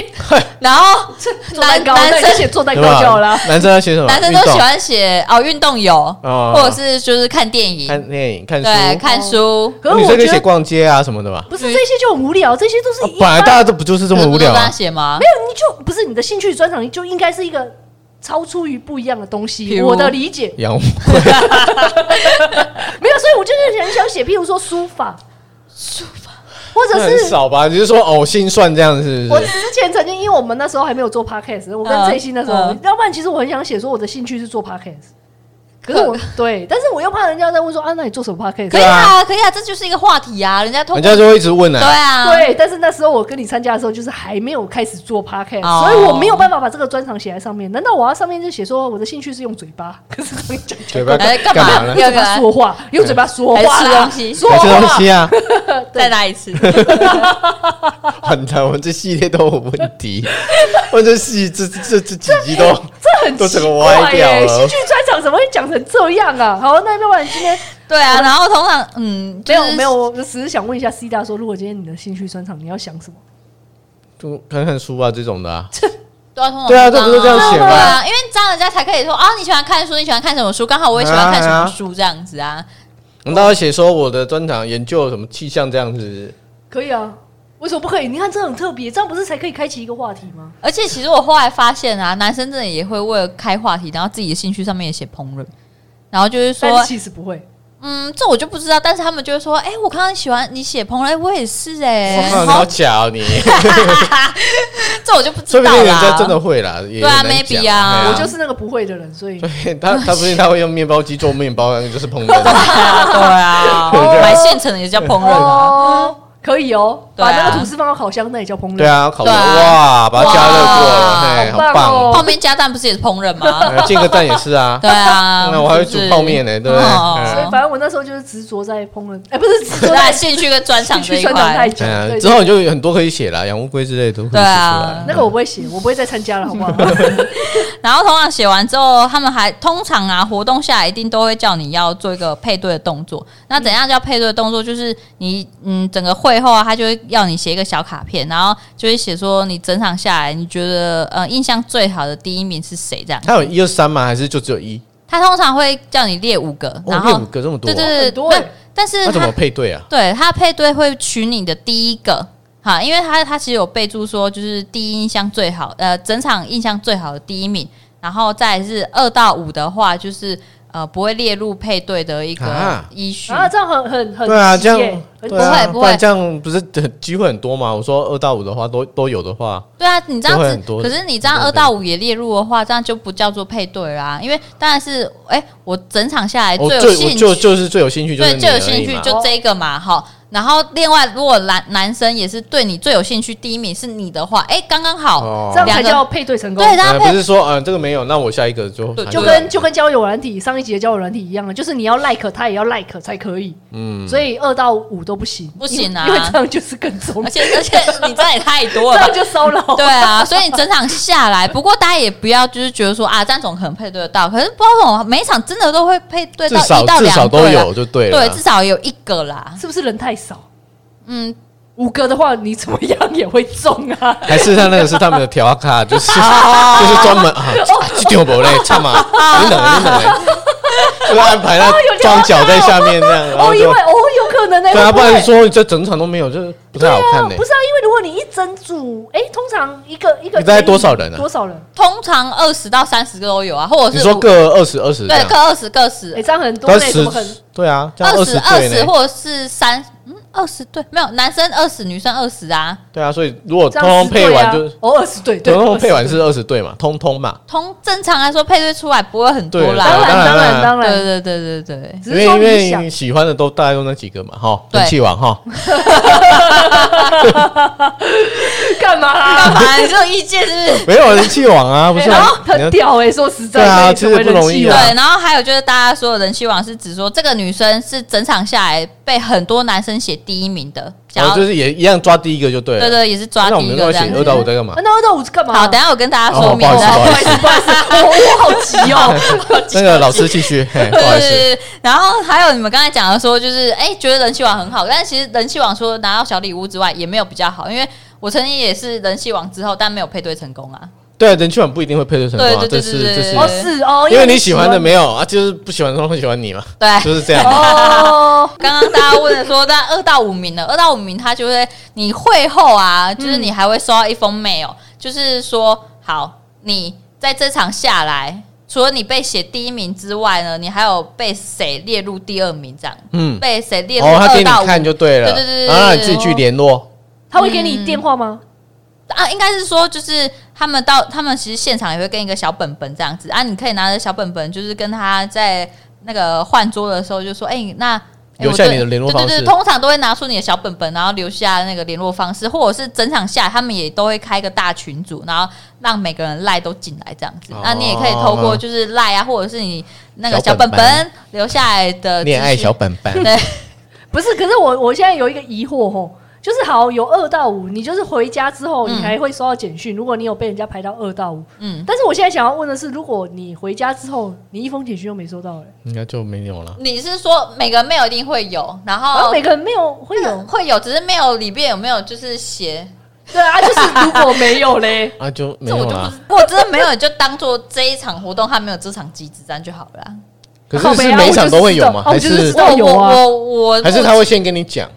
C: 然后
B: 做蛋
C: 男
B: 糕，那你
C: 男
B: 就
C: 生
B: 写做蛋
A: 对
B: 糕
A: 吧
B: 就好了。
A: 男生要写什么？
C: 男生
A: 运
C: 都
A: 动
C: 喜欢写哦，运动有，
A: 哦
C: 或者是就是看电影，
A: 看电影、看书。
C: 对，看书。
B: 可是
A: 女
B: 我
A: 生哦可以
B: 觉
A: 写
B: 得
A: 逛街啊什么的吧？
B: 不是这些就很无聊，这些都是
A: 啊
B: 一
A: 本来
B: 般
A: 大家都不就是这么无聊
C: 可是不是都这
A: 啊
C: 样？写吗
B: 没？有，你就不是你的兴趣专长，就应该是一个超出于不一样的东
C: 比
B: 西。
C: 如
B: 我的理解
A: 养乌
B: 没有，所以我就是很想写，譬如说书法，书法，我或者
A: 那 很
B: 是
A: 少吧？你是说呕心算这样是不
B: 我
A: 是？
B: 之前曾经，因为我们那时候还没有做 podcast，我跟
C: 嗯
B: 最新的时候
C: 嗯，
B: 要不然其实我很想写说我的兴趣是做 podcast，可是我对，但是我又怕人家在问说啊，那你做什么 podcast？
C: 可以
A: 对啊
C: 啊，可以啊，这就是一个话题啊，人家通
A: 人家就会一直问
C: 对
A: 啊，
C: 啊，
B: 对，但是那时候我跟你参加的时候，就是还没有开始做 podcast，、
C: 哦
B: 所以我没有办法把这个专长写在上面。难道我要上面就写说我的兴趣是用嘴巴？可是这样讲
A: 嘴巴
C: 哎干
A: 干
C: 嘛
A: 嘛呢
B: 用？嘴巴说话， 用嘴巴说
C: 还
B: 话
C: 吃
B: 啦
C: 东，西，
B: 说
A: 还吃东
B: 话
A: 西啊？
C: 再来一次。
A: 很疼，我们这系列都有问 题，我这系这这这这几集 都
B: 哎这很
A: 都整
B: 奇
A: 个
B: 怪
A: 歪掉
B: 耶、
A: 了
B: 戏剧专场怎么会讲成这样啊？好，那要不然今天
C: 对啊，然后通常嗯，
B: 没
C: 就
B: 有
C: 是
B: 没有，我只是想问一下 C 大说，如果今天你的兴趣专场，你要想什么？
A: 就看看书啊这种的啊。
C: 对啊，通常
A: 对啊
C: 这样
A: 这不是这样写吗
C: 对啊，因为这样人家才可以说啊，你喜欢看书，你喜欢看什么书？刚好我也喜欢看什么书，这样子啊。
A: 难道要写说我的专长研究什么气象这样子？
B: 可以啊，为什么不可以？你看这很特别，这样不是才可以开启一个话题吗？
C: 而且其实我后来发现啊，男生真的也会为了开话题，然后自己的兴趣上面也写烹饪，然后就是
B: 但
C: 说
B: 是，其实不会，
C: 嗯，这我就不知道，但是他们就会说，哎、我刚刚喜欢你写烹饪，我也是哎、
A: 哇你好假哦 你！
C: 这我就不知
A: 说不
C: 道
A: 定
C: 啦。
A: 人家真的会啦，也
C: 对啊
A: 很难讲
C: maybe 啊
A: 哎呀
B: 我就是那个不会的人，所以
A: 所以 他他不定他会用面包机做面包，那个就是烹饪啊。
C: 对啊，买现成的也叫烹饪啊。
B: 哦，可以哦，
C: 对啊
B: 把那个吐司放到烤箱，那也叫烹饪。
A: 对，啊，烤
C: 对
A: 的
C: 啊
A: 哇，把它加热过了，
C: 哇
A: 嘿，好
B: 好棒 哦
A: 棒！
C: 泡面加蛋不是也是烹饪吗？
A: 哎煎个蛋也是啊，
C: 对啊，
A: 那我还会
C: 是是
A: 煮泡面呢对不对
C: 哦
A: 嗯
B: 所以反正我那时候就是执着在烹饪，哎、不是 执着
C: 那
B: 在
C: 兴趣跟专
B: 兴
C: 场这
B: 趣
C: 一
B: 专长太
C: 块，
B: 久。
A: 嗯，
B: 对
A: 之后你就有很多可以写啦，养乌龟之类的都可以写
C: 对
A: 出
C: 啊
A: 来。
B: 那个我不会写，我不会再参加了，好不好？
C: 然后通常写完之后，他们还通常啊，活动下来一定都会叫你要做一个配对的动作。那怎样叫配对的动作？就是你嗯，整个会后啊，他就会要你写一个小卡片，然后就会写说你整场下来，你觉得呃印象最好的第一名是谁？这样，
A: 它有一二三吗？还是就只有一？
C: 他通常会叫你列五个，
A: 哦
C: 然，
A: 列
C: 后
A: 五个这么多
C: 对
A: 啊，
C: 对
B: 很
C: 对
B: 多
C: 对
B: 欸，
C: 但是
A: 那怎
C: 他
A: 么配对啊？
C: 对他配对会取你的第一个哈，因为他他其实有备注说，就是第一印象最好，呃，整场印象最好的第一名，然后再来是二到五的话，就是呃不会列入配对的一个
A: 啊
C: 依序。
B: 啊，这样很很很
A: 对啊，
B: 急
A: 这样
B: 耶很
A: 对啊
C: 不会不会
A: 然这样不是很机会很多嘛？我说二到五的话，都都有的话，
C: 对啊，你这样
A: 就会
C: 子
A: 很，多
C: 可是你这样
A: 很多
C: 二
A: 人
C: 到五也列入的话，这样就不叫做配对啦，因为当然是哎、我整场下来
A: 我
C: 哎最有
A: 哦最
C: 兴
A: 我
C: 趣
A: 就就是最有兴趣，就是
C: 对，
A: 你
C: 最有
A: 而
C: 兴
A: 已
C: 趣
A: 嘛。
C: 就这一个嘛，好。然后另外，如果男男生也是对你最有兴趣，第一名是你的话，哎，刚刚好，
A: 哦
B: 这样才
C: 两个
B: 叫配对成功。
C: 对，大
A: 呃
C: 家
A: 不
C: 配
A: 是说，嗯，这个没有，那我下一个就
C: 对
A: 还
B: 就是跟就跟交友软体上一集的交友软体一样啊，就是你要 like 他也要 like 才可以，
A: 嗯，
B: 所以二到五都不行，
C: 不行啊
B: 因为因为这样就是跟踪
C: 而，且而且你这样也太多
B: 这
C: 了吧
B: 样？就骚扰。
C: 对啊，所以你整场下来，不过大家也不要就是觉得说啊，张总可能配对得到，可是包总每一场真的都会配对
A: 至
C: 到
A: 少
C: 一到
A: 至少
C: 两
A: 都
C: 对啦
A: 有就对了啊
C: 对，
A: 啦
C: 至。少有一个啦。
B: 是不是人太少？
C: 嗯，
B: 五个的话，你怎么样也会中啊！
A: 还是他那个是他们的条卡，就是就是专门啊，去丢博嘞，唱嘛，
B: 啊
A: 你冷你冷嘞，就是安排
B: 哦
A: 他装脚在下面这样，然后
B: 哦，因
A: 啊就
B: 为哦，有可能呢、
A: 对啊，
B: 会
A: 不
B: 会
A: 然说这整场都没有，就是不太好看欸
B: 对
A: 嘞
B: 啊。不是啊，因为如果你一整组，哎、通常一个一个
A: 你大概多少人啊
B: 多少人？
C: 通常二十到三十个都有啊，或者
A: 你
C: 是
A: 说
C: 五
A: 各二十二十这
C: 对
A: 样
C: 各，二十个十
B: 哎、这样很多
A: 但
B: 嘞，怎
A: 十
B: 么很？
A: 对啊，这样
C: 二
A: 十
C: 十二
A: 对
C: 十
A: 呢。
C: 或者是三嗯二十对，没有男生二十，女生二十啊，
A: 对啊，所以如果
B: 这
A: 通
B: 样
A: 通
B: 十
A: 配
B: 对啊
A: 完就，
B: 哦二十对对，
A: 通通配完
B: 20
A: 是二十对嘛，通通嘛，
C: 通正常来说配对出来不会很多
A: 对
B: 对当
C: 啦
A: 啦。
B: 然当
A: 当
B: 然
A: 然
B: 当
C: 对
B: 然，
C: 对对对对，
B: 只
A: 因
B: 是
A: 为
B: 说
A: 因
B: 你想
A: 为喜欢的都大概都那几个嘛，哈，
C: 对
A: 人气王哈，
B: 干嘛啦？
C: 干嘛？你这种意见是不是？
A: 没有人气王啊，不是
B: 哎
A: 吗
B: 然后？
A: 你要
B: 很屌哎、说实在
A: 对
B: 的，
A: 啊
B: 你成为
A: 其实不容易
B: 人气
A: 啊
B: 王
C: 对，然后还有就是大家说的人气王是指说这个女生是整场下来被很多男生写第一名的，想
A: 然
C: 要、
A: 后就是也一样抓第一个就对
C: 对
A: 了。
C: 对也是抓
A: 那我
C: 第一
A: 们
C: 个嗯
A: 要
C: 这样
A: 写
C: 子
A: 二。到五在干嘛
B: 啊？那二到五是干嘛？
C: 好，等一下我跟大家说明。
A: 哦不
B: 哦，
A: 好
B: 不
A: 意
B: 好意思，不好意思，我我好急 哦。
A: 那个老师继续，嘿，不
C: 对
A: 好
C: 对
A: 意思，
C: 对，对然后还有你们刚才讲的说，就是哎、觉得人气王很好，但是其实人气王除了拿到小礼物之外，也没有比较好，因为我曾经也是人气王之后，但没有配对成功啊。
A: 对，人气王不一定会配对成功啊
C: 对，对对
A: 这
C: 对
A: 是
C: 对
A: 这
C: 对
A: 是，
B: 哦，是哦，
A: 因为你
B: 你
A: 喜欢的没有啊，就是不喜欢的都会喜欢你嘛，
C: 对，
A: 就是这样嘛。
B: 哦，
C: 刚刚大家问的说，那二到五名的，二到五名他就会，你会后啊，就是你还会收到一封 mail，、就是说，好，你在这场下来除了你被写第一名之外呢，你还有被谁列入第二名这样？
A: 嗯，
C: 被谁列入
A: 哦，他给
C: 二
A: 你
C: 到五？
A: 看就对了，
C: 对对对对
A: 然后让
C: 对
A: 你
C: 对
A: 自
C: 哦
A: 己去联络。
B: 他会给你电话吗？
C: 啊，应该是说就是他们到他们其实现场也会跟一个小本本这样子啊，你可以拿着小本本，就是跟他在那个换桌的时候就说，哎、那。哎
A: 留下
C: 我对
A: 你的联络方
C: 对对
A: 式
C: 对，通常都会拿出你的小本本，然后留下那个联络方式，或者是整场下来他们也都会开一个大群组，然后让每个人赖都进来这样子
A: 哦。
C: 那你也可以透过就是赖啊，或者是你那个
A: 小
C: 小
A: 本
C: 本
A: 本
C: 本留下来的
A: 恋爱
C: 资讯
A: 小本本，
C: 呃对，
B: 不是，可是我我现在有一个疑惑吼，就是好有二到五，你就是回家之后你
C: 嗯
B: 还会收到简讯，如果你有被人家排到二到五。
C: 嗯，
B: 但是我现在想要问的是，如果你回家之后你一封简讯都没收到、欸，
A: 应该就没有了。，
C: 你是说每个 mail 一定会有，
B: 然
C: 然
B: 后
C: 后
B: 哦每个人没有会有，
C: 会有，只是 mail 里面有没有就是写
B: 对啊，就是如果没有嘞
A: 啊，就没有
C: 这我就不
A: 啦
C: 知。，如果真的没有，就当做这一场活动他没有这场机制，这样就好了啦。
A: 可
B: 靠
A: 是
B: 北
A: 是
B: 啊
A: 每
B: 我
A: 场
B: 就
A: 都
B: 是
A: 会
B: 知
A: 有
B: 道
C: 哦
A: 吗？
B: 啊我
A: 还
B: 就是
A: 是
B: 知道有啊
C: 我我我
A: 还是他会先跟你讲？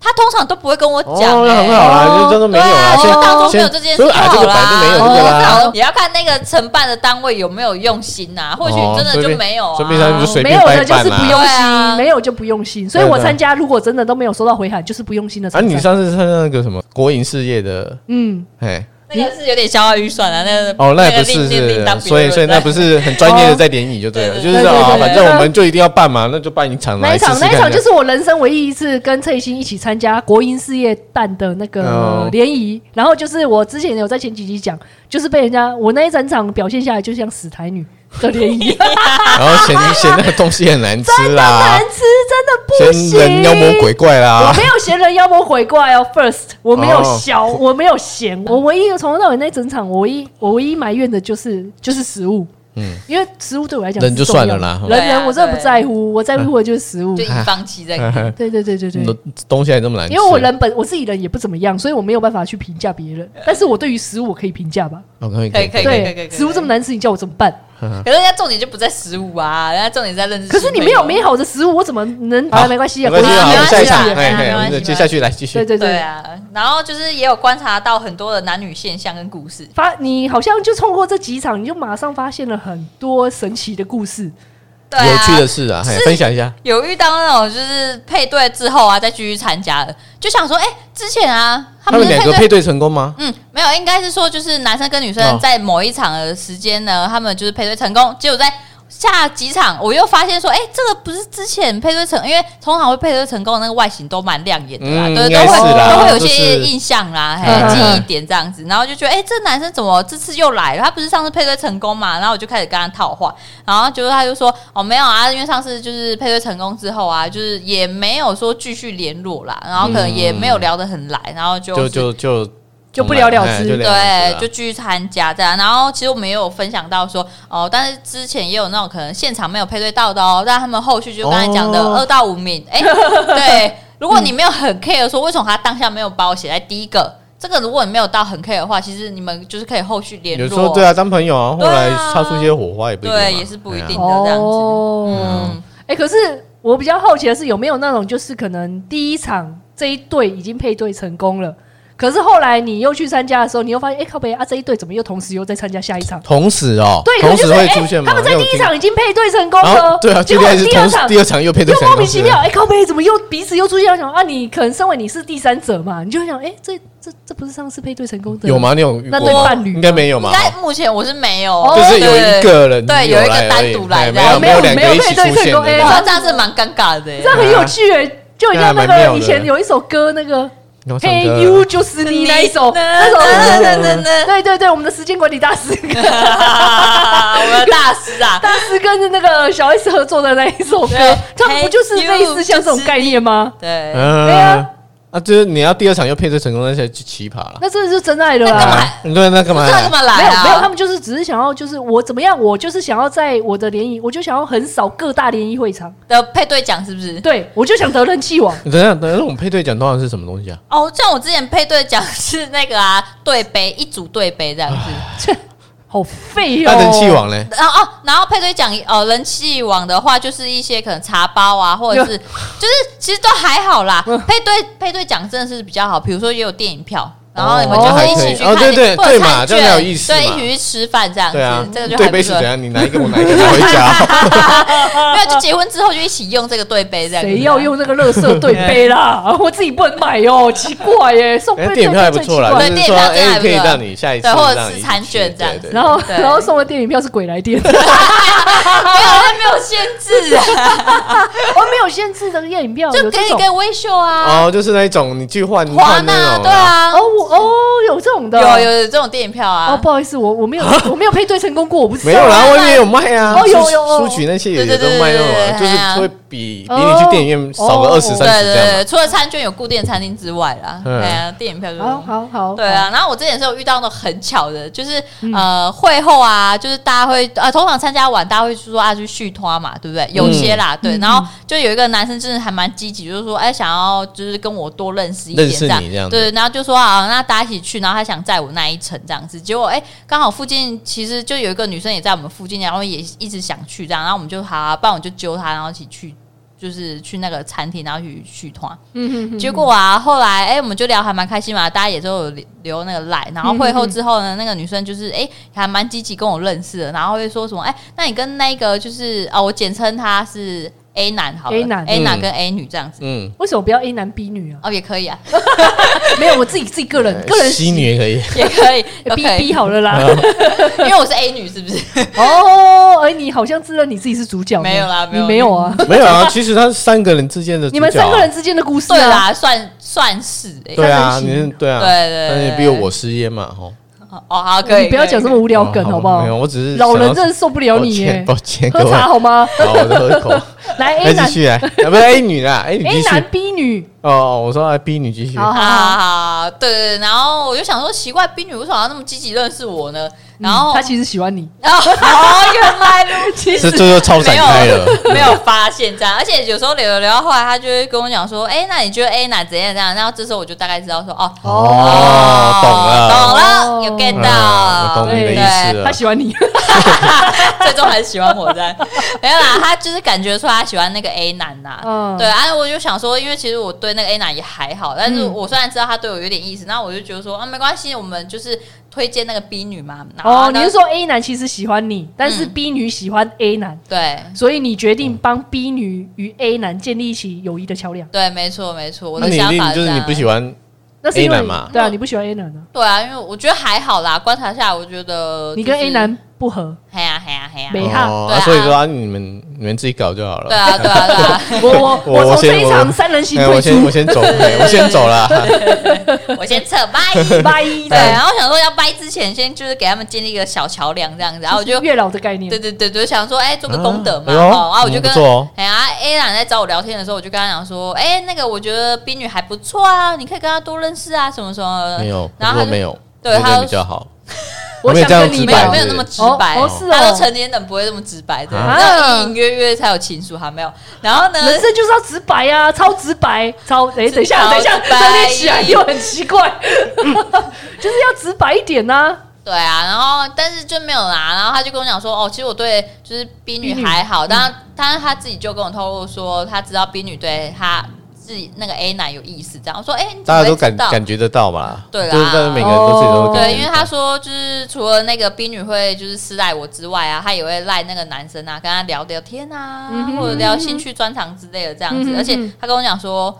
C: 他通常都不会跟我
A: 哦，
C: 讲、
A: 那
C: 欸
A: 很好啦，就真的没有啦，
C: 对啊，就当中
A: 先
C: 没
A: 先
C: 有这件事哦
A: 所以
C: 就
A: 啊，
C: 好
A: 这个本来就没有这个啦。
C: 也要看那个承办的单位有没有用心呐、或许
A: 哦
C: 真的
A: 随
C: 就
A: 便
C: 没有啊。
A: 随便他们就随
B: 没
A: 便
B: 有
A: 掰
B: 的就是
A: 半
B: 不
A: 啦。
B: 用
C: 对
B: 心，
C: 啊
B: 没有就不用心。所以我
A: 对啊
B: 参加，如果真的都没有收到回函，就是不用心的
A: 啊，
B: 参加。
A: 你上次参加那个什么国营事业的，
B: 嗯，
A: 哎，
C: 那个是有点消耗预算啊，那个
A: 哦，那也不
C: 个
A: 是
C: 另另
A: 是
C: 当，别
A: 所以
C: 论
A: 所以那
C: 对
A: 不是很专业的在联谊就对了，
C: 对
A: 就
C: 对
A: 是
B: 对
A: 说啊，
B: 对对
A: 反正我们就一定要办嘛，那就办一场
B: 那
A: 来
B: 一
A: 试
B: 场
A: 试
B: 那一场
A: 看
B: 就
A: 这样。
B: 是我人生唯一一次跟蔡欣一起参加国营事业办的那
A: 哦
B: 个联谊，然后就是我之前有在前几集讲，就是被人家我那一整场表现下来就像死台女的 联谊，
A: 啊 然后嫌嫌那个东西很难吃啦
B: 难，吃真的不
A: 嫌人
B: 行，
A: 妖魔鬼怪
B: 我
A: 啦，
B: 没有嫌人妖魔鬼怪哦，First，我没有
A: 啊哦
B: 小，我没有嫌，我唯一从头到尾那整场，我唯一我唯一埋怨的就是就是食物，
A: 嗯
B: 嗯，因为食物对我来讲
A: 人
B: 是
A: 就
B: 重
A: 算
B: 要
A: 了啦哦
B: 人
C: 对啊
B: 人我真的不
C: 对
B: 在乎，我在乎的就是食物，
C: 就以放弃这 个。
B: 对对对对对。
A: 东西还这么难吃，
B: 因为我人本我自己人也不怎么样，所以我没有办法去评价别
A: 嗯
B: 人。但是我对于食物我可以评价吧？
A: 哦，可以
C: 可以可以可以
B: 对，食物这么难吃，你叫我怎么办？
C: 可是人家重点就不在食物啊，人家重点在认识。
B: 可是你没有美好的食物，我怎么能？
A: 好
B: 啊，没关系啊，
A: 没关系
C: 啊
A: 好，我们下一场，
C: 没关系
A: 哎
C: 啊
A: 哎，
C: 没
A: 我
C: 关系
A: 们接
C: 没关系
A: 下去来继续
B: 对。对
C: 对
B: 对。
C: 啊，然后就是也有观察到很多的男女现象跟故事。
B: 发你好像就通过这几场，你就马上发现了很多神奇的故事。
C: 对啊，
A: 有趣的事啊，嘿
C: 是
A: 分享一下。
C: 有遇到那种就是配对之后啊，再继续参加的，就想说，哎、之前啊，他
A: 他
C: 们
A: 们
C: 的
A: 两个
C: 对
A: 配对成功吗？
C: 嗯，没有，应该是说就是男生跟女
A: 哦
C: 生在某一场的时间呢，他们就是配对成功，结果在下几场我又发现说，哎、这个不是之前配对成，因为通常会配对成功的那个外形都蛮亮眼的啦，
A: 嗯
C: 对，
A: 应
C: 都
A: 该
C: 会
A: 是啦
C: 都会有
A: 就
C: 些
A: 是
C: 印象啦，嘿
A: 嗯
C: 记忆点这样子，然后就觉得，哎、这男生怎么这次又来了？他不是上次配对成功嘛？然后我就开始跟他套话，然后结果他就说，哦，没有啊，因为上次就是配对成功之后啊，就是也没有说继续联络啦，然后可能也
A: 嗯
C: 没有聊得很来，然后
A: 就是就就
B: 就不了了之
A: 哎就了之
C: 对，就
A: 了
C: 继续参加这样。然后其实我们也有分享到说，哦，但是之前也有那种可能现场没有配对到的哦，但他们后续就刚才讲的
A: 哦
C: 二到五名，哎、对，如果你没有很 care 说为什么他当下没有把我写在第一个，这个如果你没有到很 care 的话，其实你们就是可以后续联
A: 有
C: 络，
A: 时候对啊，当朋友啊，后
C: 对啊
A: 来擦出一些火花也不一定嘛
C: 对也是不一定
A: 哎呀
C: 的这样子
B: 哦
C: 嗯，
B: 哎、可是我比较好奇的是，有没有那种就是可能第一场这一对已经配对成功了，可是后来你又去参加的时候，你又发现，哎、靠北啊，这一对怎么又同时又在参加下一场？
A: 同时哦，
B: 对，
A: 同
B: 可能就
A: 时
B: 是
A: 会
B: 哎
A: 出现吗？
B: 他们在
A: 没有
B: 第一
A: 听
B: 场已经配对成功
A: 然后
B: 了，
A: 对啊，
B: 结
A: 就
B: 果
A: 还是
B: 第
A: 同
B: 二
A: 时
B: 场
A: 第二场又配对
B: 又
A: 成
B: 莫
A: 功，
B: 名其妙，哎、靠背怎么又彼此又出现？我想啊，你可能身为你是第三者嘛，你就会想，哎、这这这不是上次配对成功的
A: 有？吗？你有遇
B: 那
A: 过
B: 对
A: 吗？
B: 伴侣
A: 应该没有
C: 应
A: 嘛，
C: 该目前我是没有，
B: 哦
A: 就是有
C: 对
A: 一个人
C: 对
A: 有
C: 有一个
A: 来而已
C: 单独来
A: 哎
C: 的
A: 没有
B: 没有
A: 两个一起出
B: 没有配对
A: 现
B: 成功
A: 的
B: 哎
C: 对，这样是蛮尴尬的、
B: 这样很有趣哎、就很像那
A: 啊对啊蛮妙的
B: 个以前有一首歌，那个
A: 你要唱
B: 嘿
A: 歌
B: you 就是你那一首，那首
A: 那
C: 等等等，
B: 对对对，我们的时间管理大师
C: 我们的大师啊，
B: 大师跟那个小 S 合作的那一首歌
C: 对，
B: 他们不就是类似像这种概念吗？
C: 对，
B: 对
A: 嗯
B: 啊
A: 啊，就是你要第二场又配对成功，那些就奇葩了。
B: 那真的是真爱了啊！
A: 啊对，那干嘛
C: 这干
A: 来？
C: 嘛
B: 没
C: 来
B: 有
C: 啊？
B: 没有，他们就是只是想要，就是我怎么样，我就是想要在我的联谊，我就想要横扫各大联谊会场，
C: 的配对奖是不是？
B: 对我就想得人气王。
A: 等一下，等一下，我们配对奖通常是什么东西啊？
C: 哦，像我之前配对奖是那个啊，对杯一组对杯这样
A: 啊
C: 子。
B: 好废哦！
A: 那人气网嘞？
C: 然后哦，然后配对奖呃人气网的话，就是一些可能茶包啊，或 者是
A: 嗯
C: 就是其实都还好啦。配对配对奖真的是比较好，比如说也有电影票。然后你们
B: 哦
C: 就
B: 那还
C: 是一起
A: 可以
C: 去看
A: 哦对对
C: 或者
A: 对
C: 看
A: 嘛这
C: 卷
A: 样才有意思嘛
C: 对，一起去吃饭这样
A: 对啊
C: 子，，这个就
A: 对
C: 还不
A: 杯是
C: 错
A: 怎。样？你拿一个，我拿一个，拿回家。
C: 啊没有，就结婚之后就一起用这个对杯这样子。
B: 谁要用那个乐色对杯啦？ 我自己不能买哦，奇怪耶，送杯
A: 哎，
B: 对
A: 电影票还
B: 杯
A: 不
B: 最奇
A: 错
B: 怪
A: 啦，
C: 对
A: 就是
C: 电影
A: 说，
C: 票真的
A: 哎，
C: 还不
A: 可以
C: 错
A: 让你下一次
C: 对或者
A: 让
C: 是
A: 你
C: 餐
A: 去
C: 券这样
A: 对对
B: 然后，
C: 对
B: 然后送的电影票是鬼来电，
C: 没有，啊它没有限 制啊，
B: 我没有限制的电影票，
C: 就
B: 有
C: 可
B: 这
C: 以
B: 种
C: 跟微秀啊、
A: 哦，就是那一种你去换
C: 华
A: 换那
C: 纳，
A: 种，
C: 对，啊，
B: 哦，我哦有这种的，
C: 有有有这种电影票啊
B: 哦，，不好意思，我我 没有我没有配对成功过，我不知道
A: 没有啦，外面有卖啊，
B: 哦有
A: 书
B: 有有
A: 书局那些也
C: 对对
A: 也都
C: 对对
A: 卖那种啊，
C: 对
A: 就
C: 对对
A: 是会比比
B: 哦
A: 你去电影院少个
B: 哦
A: 二十
C: 对
A: 三十
C: 对
A: 这样嘛。
C: 对，除了餐券有固定的餐厅之外啦，
A: 嗯
C: 对啊，电影票就
B: 哦好好好，
C: 对啊，然后我之前是有遇到那种很巧的，就是、
B: 嗯
C: 呃会后啊，就是大家会呃通常参加完，大家会说啊去续拖嘛，对不
A: 嗯
C: 对？有些啦，
B: 嗯
C: 对，然后就有一个男生真的还蛮积极，就是说哎想要就是跟我多认识一点
A: 认识
C: 这
A: 你
C: 样，
A: 这样子
C: 对，然后就说啊那大家一起去，然后他想在我那一层这样子，结果哎刚好附近其实就有一个女生也在我们附近，然后也一直想去这样，然后我们就好、啊，不然我就揪她，然后一起去。就是去那个餐厅，然后去续团，
B: 嗯嗯
C: 结果啊，后来哎、我们就聊还蛮开心嘛，大家也都有留留那个赖。然后会后之后呢，那个女生就是哎、还蛮积极跟我认识的，然后会说什么哎、那你跟那个就是哦，我简称她是 A 男好了
B: A 男
A: 嗯
C: 跟 A 女这样子、
A: 嗯，
B: 为什么不要 A 男 B 女啊？
C: 哦，也可以啊，
B: 没有，我自己自己个人个人
A: 呃犀女啊也可以，
C: 也可 以
B: 呃 B
C: OK，
B: B 好了啦。
C: 因为我是 A 女是不是？
B: 哦，哎，你好像自认你自己是主角呢，
C: 没有啦没有
B: 你没有啊？
A: 没有啊，其实他是三个人之间的主角啊，
B: 你们三个人之间的故事
C: 对
B: 啊，
C: 啦，算算是哎、
A: 对啊，
B: 三
A: 你
B: 人行
A: 是对啊，
C: 对对对
A: 但是你比我我失业嘛，吼，哦
C: 哦好可以，
B: 你不要讲这
C: 么
B: 么无聊梗好不好
A: 没？有，我只是
B: 老人
A: 想
B: 真
A: 要
B: 的受不了你耶！
A: 抱歉，抱歉
B: 喝
A: 各位
B: 茶，好吗？
A: 好，我再喝一口，
B: 来
C: 哎
B: A
A: 来
B: 男
A: 继 续来，啊不是 A 女啦，A 女
B: A
A: 继续，
B: 男 B 女，
A: 哦哦，我说哎 B 女继续，
C: 哦
B: 好好好，
C: 啊，对对对，然后我就想说奇怪，B 女为什么要那么积极认识我呢？然后、
B: 嗯他其实喜欢你，
C: 然后 哦，原来如此。
A: 这这就超展开了，
C: 没有发现这样，而且有时候聊聊到后来，他就会跟我讲说：“哎、那你觉得 A 男怎样怎样？”然后这时候我就大概知道说：“哦，
A: 哦，懂了，
C: 懂
B: 哦
C: 了，有 get
A: 啊
C: 到
A: 我，懂你的
B: 对
A: 意思了
B: 他，喜欢你，
C: 最终还是喜欢我这样。没有啦，他就是感觉出他喜欢那个 A 男呐、
B: 嗯
C: 对，啊，我就想说，因为其实我对那个 A 男也还好，但
B: 嗯
C: 是我虽然知道他对我有点意思，那我就觉得说啊，没关系，我们就是推荐那个 B 女嘛。然后
B: 哦，你
C: 呢嗯
B: 是说 A 男其实喜欢你，但是 B 女喜欢 A 男，
C: 对
B: 所以你决定帮 B 女与 A 男建立起友谊的桥梁。
C: 对，没错没错，我
A: 那
C: 的
A: 你一
C: 想
A: 定
C: 法
A: 就是
C: 这
A: 你
C: 样
A: 不喜欢
B: 那是因
A: A
B: 为
A: 男嘛
B: 对啊，你不喜欢 A 男啊，
C: 对啊，因为我觉得还好啦，观察下来，我觉得、
B: 你跟 A，男不 合。
C: 嘿呀嘿呀嘿呀，
B: 没
C: 对
B: 哈
A: 哦，
C: 对
A: 啊
C: 啊
A: 所以说啊，你们你们自己搞就好了，
C: 啊对啊 对啊，
B: 我我
A: 我
B: 我从
A: 先
B: 这一
A: 我
B: 场三人行
A: 哎我
B: 退
A: 先
B: 出
A: 我，先走，哎我先走了，
C: 我先撤 拜。
B: 拜一
C: 对，啊然后想说要掰之前，先就是给他们建立一个小桥梁这样子，然后我就
B: 月老的概念，
C: 对对对对，想说哎、做个功德
A: 啊哎
C: 嘛，
A: 呦
C: 哦，然后我就
A: 嗯不
C: 跟
A: 错哦
C: 哎呀 A 男在找我聊天的时候，我就跟他讲说，哎、那个我觉得 B 女还不错啊，你可以跟她多认识啊，什么什么的。
A: 没有，
C: 然后
A: 我
C: 他就
A: 没有，
C: 对
A: 我觉得
C: 他就
A: 比较好，
B: 我
A: 没有
B: 想
A: 这样
B: 跟你
A: 直
C: 没
A: 白
C: 有
B: 吧
C: 没有
A: 是
C: 那
A: 不
C: 么
A: 是
C: 直白，
B: 哦哦是
C: 他说
B: 哦，
C: 成年人不会这么直白的，
A: 啊
C: 那隐隐约约才有情愫，还没有。然后呢，
B: 人生就是要直白啊，超直白，超哎，等一下
C: 超
B: 等一下，
C: 直白
B: 这念起来又很奇怪， 就是要直白一点呐。
C: 对啊，然后但是就没有啦，然后他就跟我讲说，哦，其实我对就是 B 女还
B: 嗯
C: 好，但但是他自己就跟我透露说，他知道 B 女对他自己那个 A 男有意思，这样我说，哎、你怎
A: 大
C: 么
A: 家
C: 会
A: 都感
C: 知道
A: 感觉得到嘛，
C: 对啦
A: 就是但是每个人都自己都
B: 哦
A: 感觉
C: 对，
A: 得
C: 因为
A: 到
C: 他说就是除了那个 B 女会就是私赖我之外啊，他也会赖那个男生啊，跟他聊聊天啊，
B: 嗯哼
C: 或者聊兴趣专长之类的这样子。
B: 嗯哼
C: 而且他跟我讲说，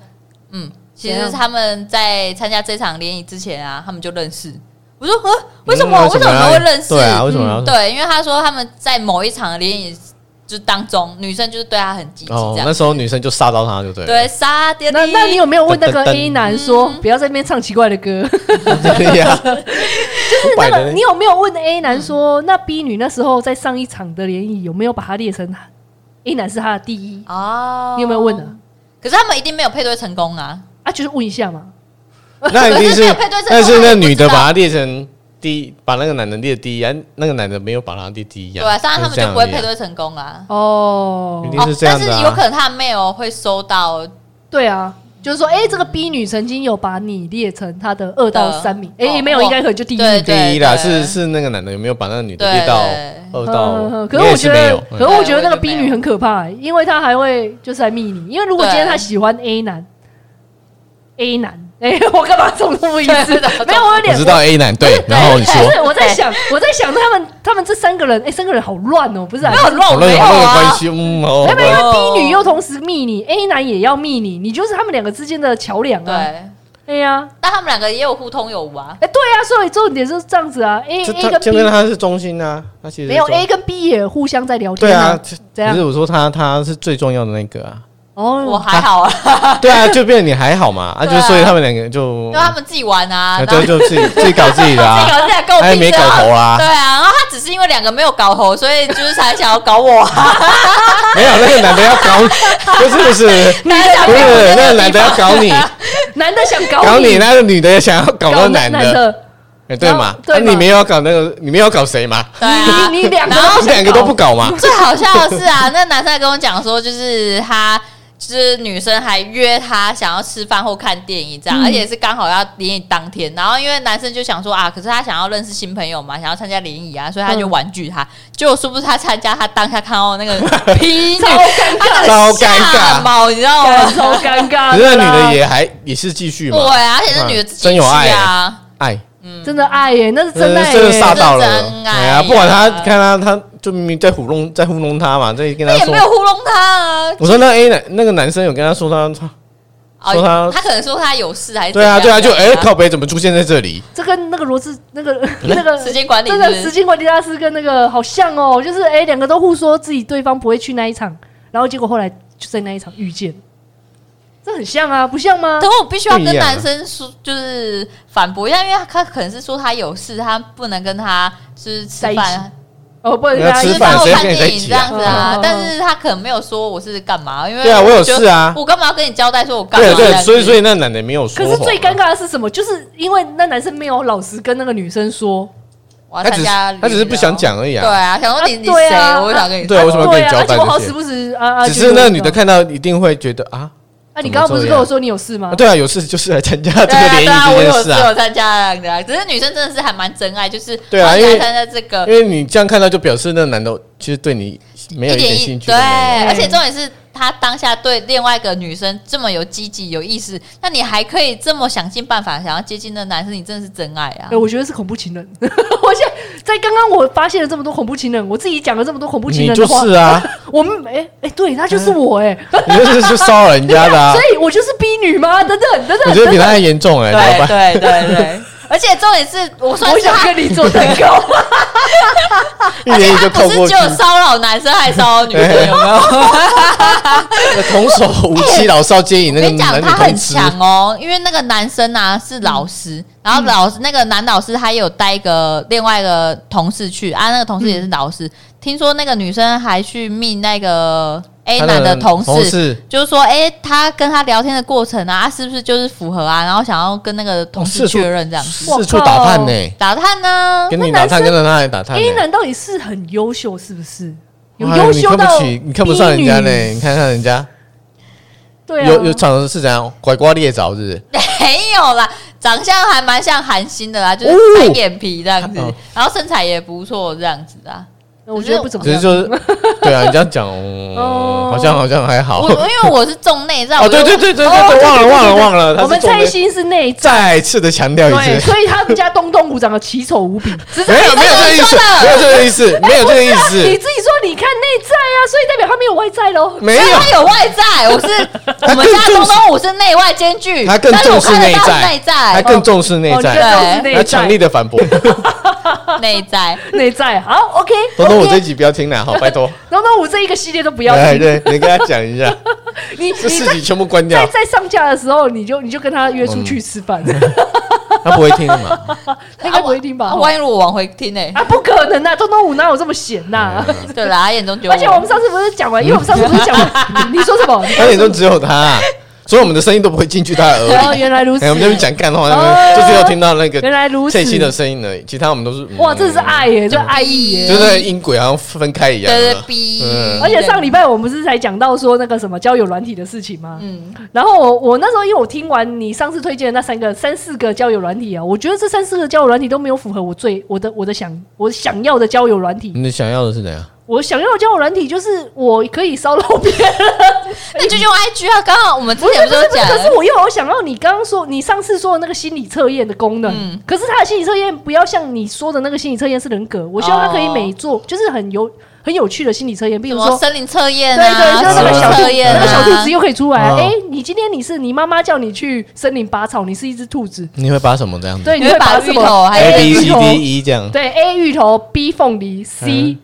C: 嗯，其
B: 怎
C: 实
B: 样
C: 他们在参加这场联谊之前啊，他们就认识。我说，呃，为什
A: 嗯
C: 么？为什么
A: 要
C: 会认识？嗯
A: 对啊，为什么要？
C: 对，因为他说他们在某一场联谊就当中，女生就是对他很积极
A: 哦
C: 这，样。
A: 那时候女生就杀到他就对了，
C: 对，沙爹
B: 那那你有没有问那个
A: 噔噔噔
B: A 男说
C: 嗯
B: 不要在那边唱奇怪的歌？
A: 对呀， 就是
B: 那个你有没有问 A 男说，那 B 女那时候在上一场的联谊有没有把他列成 A 男是他的第一？
C: 哦，
B: 你有没有问啊？？
C: 可是他们一定没有配对成功啊！
B: 啊，就是问一下嘛。
A: 那一定
C: 可是没
A: 是
C: 有配对成，功
A: 但是那女的
C: 我不知道
A: 把他列成第一，把那个男的列第一，啊，那个男的没有把他列第一啊，
C: 对啊，当然他们
A: 是这
C: 就
A: 样
C: 不会
A: 而已啊
C: 配对成功啊。
B: 哦
A: 一，定是这样的啊
C: 但是有可能他 mail 会收到，
B: 对啊，就是说，哎、这个 B 女曾经有把你列成她的二到三名，哎、
C: 呃哦
B: 没有，应该可能就第一
C: 对
B: 名。
A: 第一啦，
C: 对对
A: 是是那个男的有没有把那个女的
C: 对
A: 列到
C: 对
A: 二
B: 呵呵
A: 到？
B: 可是我觉
A: 哦应该是没
B: 得
A: 有，
B: 可是我觉得那个
C: 对我
B: B
C: 也觉得
B: 女很可怕、因为她还会就是来密你。因为如果
C: 对
B: 今天她喜欢 A 男，A 男哎、我干嘛重复一次？
D: 对对
B: 没有，我有
A: 我
B: 点
A: 知道 A 男对， 然后你说
B: 不是 我在想，我在想他们他们这三个人，哎、三个人好乱哦、不是、啊？
D: 没有乱，
A: 好
D: 我没
A: 乱
D: 有
A: 好乱的
D: 啊
A: 关。系，嗯哦
B: 哎，没有，因
D: 哦
B: 为 B 女又同时密你，A 男也要密你，你就是他们两个之间的桥梁啊。
D: 对，
B: 对呀，
C: 但他们两个也有互通有无啊。
B: 哎，对啊，所以重点就是这样子啊。A
A: 就
B: A
A: 他
B: 跟
A: 就跟
B: B
A: 他是中心啊，他其实是
B: 没有
A: 中
B: A 跟 B 也互相在聊
A: 对
B: 天
A: 啊，。可
B: 这样
A: 是我说他他是最重要的那个啊，
C: 我
B: 哦，
C: 还好啊，
A: 对啊，就变成你还好嘛，啊，
C: 对
A: 就
C: 啊
A: 所以他们两个就
C: 因为他们自己玩啊，
A: 啊，
C: 然
A: 对，
C: 后
A: 就自己自己搞自己的
C: 自己
A: 啊，
C: 搞自己的狗
A: 他也没
C: 屁
A: 搞
C: 的啊
A: 头啦
C: 对，啊，然后他只是因为两个没有搞头，所以就是才想要搞 我啊，
A: 没有那个男的要搞， 不是不是。
C: 才想
A: 不
C: 被我
A: 是
C: 在
A: 那个
C: 地
A: 男的要
C: 方
A: 搞你，
B: 男的想搞
A: 搞你，那个女的也想要搞
B: 搞
A: 那个
B: 男
A: 男的，
B: 的，
A: 哎，对嘛？
B: 对
A: 那
B: 嘛
A: 你们要搞那个，你们要搞谁嘛？
C: 对啊，
B: 你你两个都
C: 然后
B: 不想
A: 两个都不搞嘛？
C: 最好笑的是啊，那男生还跟我讲说，就是他。就是女生还约他想要吃饭或看电影这
B: 嗯
C: 样，而且是刚好要联谊当天。然后因为男生就想说啊，可是他想要认识新朋友嘛，想要参加联谊啊，所以他就
B: 嗯
C: 婉拒他。结果殊不知他参加，他当下看到那 个皮女，
B: 超尴尬，
A: 超尴尬，
C: 毛，你知道
A: 啊
C: 吗？
B: 超尴尬。
A: 可是那女的也还也是继续
C: 对
A: 嘛，哎
C: 啊，而且是女的自己
A: 真有
C: 去
A: 爱
C: 啊，
A: 爱，
B: 真的爱耶，那是
A: 真
B: 真
A: 的
B: 爱
A: 真的
B: 耶。
A: 煞到了
C: 这真，爱
A: 哎呀，
C: 呀
A: 不管他看他他就明明在糊弄在糊弄他嘛，在跟
C: 那
A: 他
C: 也
A: 说
C: 没，有糊弄他啊。
A: 我说那 A 男那个男生有跟他说他他，说他
C: 哦，他可能说他有事还是
A: 对啊
C: 怎
A: 对啊，
C: 样
A: 就哎
C: 怎样
A: 靠北怎么出现在这里？
B: 这跟那个罗志那 个那个
C: 时间管理
B: 这
C: 是
B: 个
C: 不是
B: 时间管理大师跟那个好像哦，就是哎，两个都互说自己对方不会去那一场，然后结果后来就在那一场遇见，这很像啊，不像吗
C: 等？我必须要
A: 不一
C: 跟
A: 样啊
C: 男生说，就是反驳一下，因为他可能是说他有事，他不能跟他就是吃
B: 在一起
C: 饭，
B: 哦，不然
A: 你要
B: 大家
C: 就
A: 吃
C: 是
A: 饭
C: 当我
A: 谁
C: 看
A: 跟你在
C: 电
A: 一
C: 影
A: 起
C: 这样子
B: 啊
C: 啊
B: 嗯。
C: 但是他可能没有说我是干嘛，因为
A: 对啊，我有
C: 觉得
A: 事啊，
C: 我干嘛要跟你交代说我干嘛
A: 对
C: 这
A: 啊
C: 样子？
A: 对啊，所以所以那男的没有说
B: 可
A: 谎
B: 是
A: 啊，
B: 最尴尬的是什么？就是因为那男生没有老实跟那个女生说，
C: 我要
A: 他只是
C: 参加联谊
A: 他只是不想讲而已
C: 了
A: 啊
C: 对啊，想说你
B: 啊
C: 你
B: 对
C: 谁
B: 啊？
C: 我想跟你
A: 对啊为什么要跟你交代
B: 对啊啊结果好
A: 这些
B: 时不时啊啊！
A: 只是那女的
B: 就说，
A: 看到一定会觉得啊，
B: 啊，你刚刚不是跟我说你有事吗
A: 啊？对啊，有事就是来参加这
C: 对啊
A: 个联谊
C: 对啊，我
A: 这
C: 有
A: 件事
C: 我
A: 啊，
C: 有参加的啊，只是女生真的是还蛮真爱，就是
A: 对啊
C: 她
A: 因为
C: 才参加这个
A: 因为你这样看到就表示那男的其实对你没有
C: 一
A: 一点
C: 点
A: 兴
C: 意
A: 趣
C: 对，
A: 都没有，
C: 而且重点是他当下对另外一个女生这么有积极有意思，那你还可以这么想尽办法想要接近那男生，你真的是真爱啊
B: 哎，！我觉得是恐怖情人。 我现在在刚刚我发现了这么多恐怖情人，我自己讲了这么多恐怖情
A: 你
B: 人
A: 就
B: 的话，
A: 是啊，
B: 我们哎哎，对，他就是我哎、
A: 你就是去骚扰人家 的啊
B: 所，以我就是逼女吗？等等等
A: 我
B: 等
A: 觉得比
B: 等
A: 他
B: 等，
A: 还严重哎，老
C: 对
A: 板，
C: 对对对， 而且重点是我算
B: 我
C: 是
B: 想
C: 他，
B: 跟你做蛋 糕，
A: 一年一
C: 他
A: 就
C: 不
A: 扣
C: 是
A: 过去，
C: 只
A: 哎
C: 有骚扰男生，还骚扰女生， 有没有？
A: 童叟无欺，老少皆宜，那
C: 我
A: 个
C: 跟你讲，
A: 男女
C: 他很
A: 通吃。
C: 强哦，因为那个男生啊是老师，然后老师那个男老师他也有带一个另外一个同事去啊，那个同事也是老师，听说那个女生还去命那个 A
A: 他
C: 哎男的同
A: 同
C: 事。就是说，哎、他跟他聊天的过程啊，他是不是就是符合啊？然后想要跟那个同事
A: 四处
C: 确认这样子，
A: 四处打探呢、
C: 打探呢、
A: 哦跟你打探，
B: 那男生
A: 跟着他来打探、
C: 哎
B: A
A: 欸。
B: 男到底是很优秀，是不是？有
A: 哇
B: 优秀
A: 哎你看不
B: 到
A: 起，你看不上人家呢、
B: 逼女
A: 你看看人家，
B: 对啊，
A: 有有长得是怎样，拐瓜裂枣是不是？
C: 没有啦，长相还蛮像韩星的啦，就是
A: 哦
C: 单眼皮这样子，
A: 哦
C: 然后身材也不错这样子啊。
B: 我觉得不怎么
A: 只
B: 样
A: 是。就是， 对啊，你这样讲、嗯
B: 哦
A: 好像好像还好。
C: 我我因为我是重内脏，
A: 哦，
C: 我就
A: 对对对对对
B: 哦
A: 对，忘了忘了忘了，他
B: 我
A: 是
B: 们
A: 重
B: 蔡
A: 的。
B: 心是内脏，
A: 再次的强调一
B: 对，
A: 次，
B: 所以他们家东东 谷长得奇丑无比。只是
A: 没有没有这个意思，没有这个意 思，没有这个意
B: 你
A: 思，
B: 自己说你看内在啊，所以代表他没有外在喽。
A: 没
C: 因为
A: 有
C: 他有外在，我是我们家东东我是内外兼具，
A: 他更
C: 但是我
A: 重视
C: 看得
A: 内
C: 到
A: 在，
C: 内
A: 他
C: 在
A: 更重视内
B: 哦，你
A: 在，
B: 看都是
A: 他
B: 内
A: 强力
B: 在，
A: 的反 驳。
C: 内在。
A: 哦
B: 内在好，OK。
A: 东东，我这一集不要听了，好，拜托。
B: 东东谷这一个系列都不要
A: 哎，
B: 听，
A: 对，你跟他讲一下，
B: 你
A: 这
B: 你
A: 四集全部关
B: 在
A: 掉，
B: 在上架的时候，你就你就跟他约出去吃饭，
A: 嗯 他不会听嘛。
B: 他应该不会听吧？
C: 啊万一我往回听呢？
B: 啊，不可能啊！东东五哪有这么闲呐、
A: 哎
C: 对啦，他眼中觉 得，
B: 而且我们上次不是讲完，因为我们上次不是 讲完，你说什么？
A: 他眼中只有他、啊所以我们的声音都不会进去他的耳
B: 哦，
A: 里。
B: 原来如此。
A: 哎、我们这边讲干话，那
B: 哦
A: 边就只有听到那
B: 原
A: 个
B: 来如此
A: 最。新的声音而已，其他我们都是、嗯
B: 哇，这是，爱耶，这爱意耶。
A: 就是那个音轨好像分开一样
C: 对
A: 的
C: 对。逼，
A: 嗯
B: 而且上礼拜我们不是才讲到说那个什么交友软体的事情吗？
C: 嗯，
B: 然后我我那时候因为我听完你上次推荐的那三个三四个交友软体啊，我觉得这三四个交友软体都没有符合我最我的我的想我想要的交友软体。
A: 嗯你想要的是怎样？
B: 我想要的交友软体就是我可以骚扰别人，
C: 那你就用 IG 啊！刚好我们之
B: 不是
C: 前
B: 不
C: 不
B: 是
C: 是
B: 不
C: 讲
B: 是，，可是我又好想要你刚刚说你上次说的那个心理测验的功能，
C: 嗯
B: 可是它的心理测验不要像你说的那个心理测验是人格，我希望它可以
C: 哦
B: 每做就是很有很有趣的心理测验，比
C: 什
B: 如
C: 么
B: 说。
C: 森林测验
B: 对对，
C: 啊，
B: 就是那个
C: 植物
B: 小兔，
C: 测验啊，
B: 那个小兔子又可以出来啊。
A: 哦
B: 哎，你今天你是你妈妈叫你去森林拔草，你是一只兔子，
A: 你会把什么这样子？
B: 对，
C: 嗯你
B: 你会
C: 会
B: 拔
C: 把
B: 什
C: 芋
B: 么
C: 头还
A: a
C: 有
A: B
B: 芋
A: C
B: 头
A: D E 这样，
B: 对，A 芋头，B 凤梨，C
A: 嗯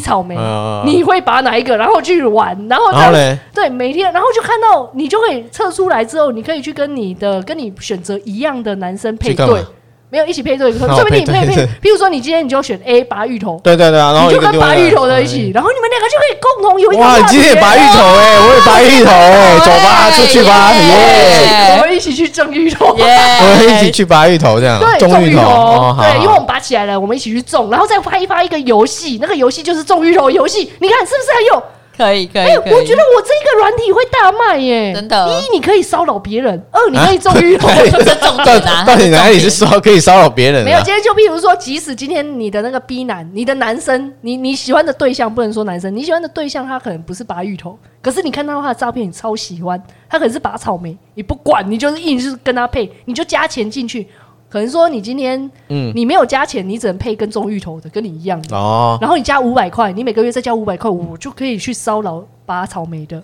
A: 草
B: 草莓
A: 嗯嗯，嗯
B: 你会拔哪一个？然后去玩，然后
A: 然后
B: 再
A: 嘞，
B: 哎对每天，然后就看到你就可以测出来之后，你可以去跟你的跟你选择一样的男生配
A: 去干
B: 对
A: 嘛，
B: 没有一起配对，说
A: 哦
B: 不定你
A: 配
B: 配
A: 对
B: 配，譬如说你今天你就选 A 拔芋头，
A: 对对对啊，然后
B: 你
A: 一
B: 就
A: 个
B: 跟
A: 另外
B: 拔
A: 一个嗯
B: 芋头的一起，然后你们两个就可以共同有一个
A: 哇，
B: 话
A: 你
B: 题
A: 今天也拔芋头 哎，我也拔芋头哎，走吧，出去吧，耶！
B: 哎我们一起去种芋头。
C: 耶，
A: 我们一起去拔芋头这样，
B: 对，
A: 种
B: 芋
A: 头，哦好
B: 对，因为我
A: 好
B: 们拔起来了，我们一起去种，然后再开发一个游戏，那个游戏就是种芋头游戏。你看是不是很有？
C: 可以可
B: 哎、
C: 以可以，
B: 我觉得我这个软体会大卖耶！
C: 真的啊
B: 一你可以骚扰别人，二你可以种 芋头。
A: 对
C: 这重
A: 到
C: 点啊，
A: 到底哪里是骚可以骚扰别人
B: 没有，
A: 啊？
B: 今天就譬如说，即使今天你的那个 B 男，你的男生，你你喜欢的对象不能说男生，你喜欢的对象他可能不是拔芋头，可是你看到他的照片，你超喜欢，他可能是拔草莓，你不管，你就是硬就是跟他配，你就加钱进去。可能说你今天，嗯
A: 嗯，
B: 你没有加钱，你只能配跟种芋头的，跟你一样的。
A: 哦，
B: 然后你加五百块，你每个月再加五百块，我就可以去骚扰拔草莓 的。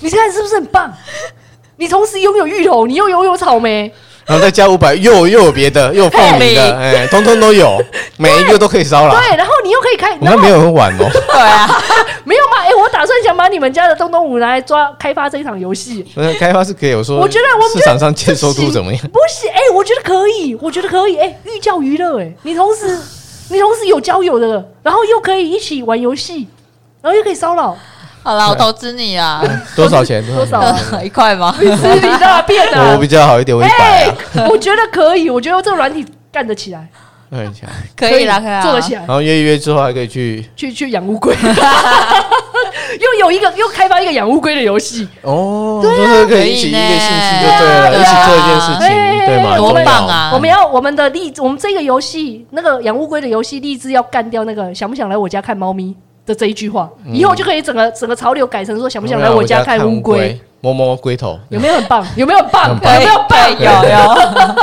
B: 你看是不是很棒？你同时拥有芋头，你又拥有草莓，
A: 然后再加五百，又又有别的，又有凤梨 的，哎，通通都有，每一个都可以骚扰。
B: 对，然后你又可以开，
A: 我
B: 然
A: 们
B: 后
A: 没有很晚哦，
C: 对啊，
B: 没有嘛？哎、我打算想把你们家的东东五拿来抓开发这一场游戏，
A: 那开发是可以。我说，
B: 我觉得我们
A: 市场上接受度怎么样？
B: 不行，哎、我觉得可以，我觉得可以，哎、寓教于乐，哎，你 同时你同时有交友的，然后又可以一起玩游戏，然后又可以 骚扰，
C: 好了，我投资你啊，
A: 多少钱？多
B: 多
A: 少
B: 少
A: 钱？
C: 一块吗？
B: 吃你大便
A: 我我
B: 啊
A: 比！较好一点，我一百
B: 哎、
A: 啊，
B: 我觉得可以，我觉得这个软体干得起来，
A: 那哎很强。
C: 可以啦，可以啊啦，
B: 做得起来
A: 然，后约一约之后还可以去
B: 去去养乌龟， 又有一个又开发一个养乌龟的游戏，
A: 哦，
B: 啊
A: 就是可以一起一个
C: 可以呢
A: 兴趣就对了，
C: 对啊
A: 一起做一件事情，对
B: 哎
A: 嘛？
C: 多
A: 重要
C: 棒！啊！
B: 我们要我们的荔，我们这个游戏那个养乌龟的游戏，荔枝要干掉那个想不想来我家看猫咪的这一句话，以后就可以整个整个潮流改成说想不想来我家看乌龟，，
A: 摸摸龟头。
B: 有没有很棒？有没有很棒？有
A: 很
B: 没有很棒？
C: 有有，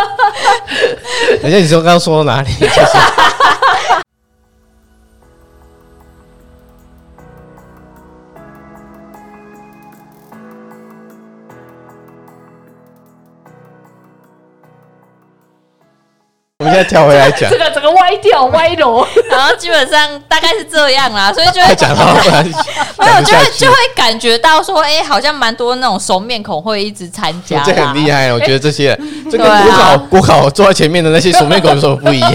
A: 人家你说刚刚说到哪里？ 就是我们现在跳回来讲
B: 这，个整个歪掉歪楼，
C: 然后基本上大概是这样啦，所以就
A: 快
C: 会
A: 讲到哪里？
C: 没有，
A: 讲不
C: 就
A: 下
C: 会
A: 去
C: 就会感觉到说，哎、好像蛮多那种熟面孔会一直参加啦，
A: 这很厉害，我觉得这些这跟
C: 啊对
A: 国
C: 啊
A: 考国考坐在前面的那些熟面孔有什么不一样？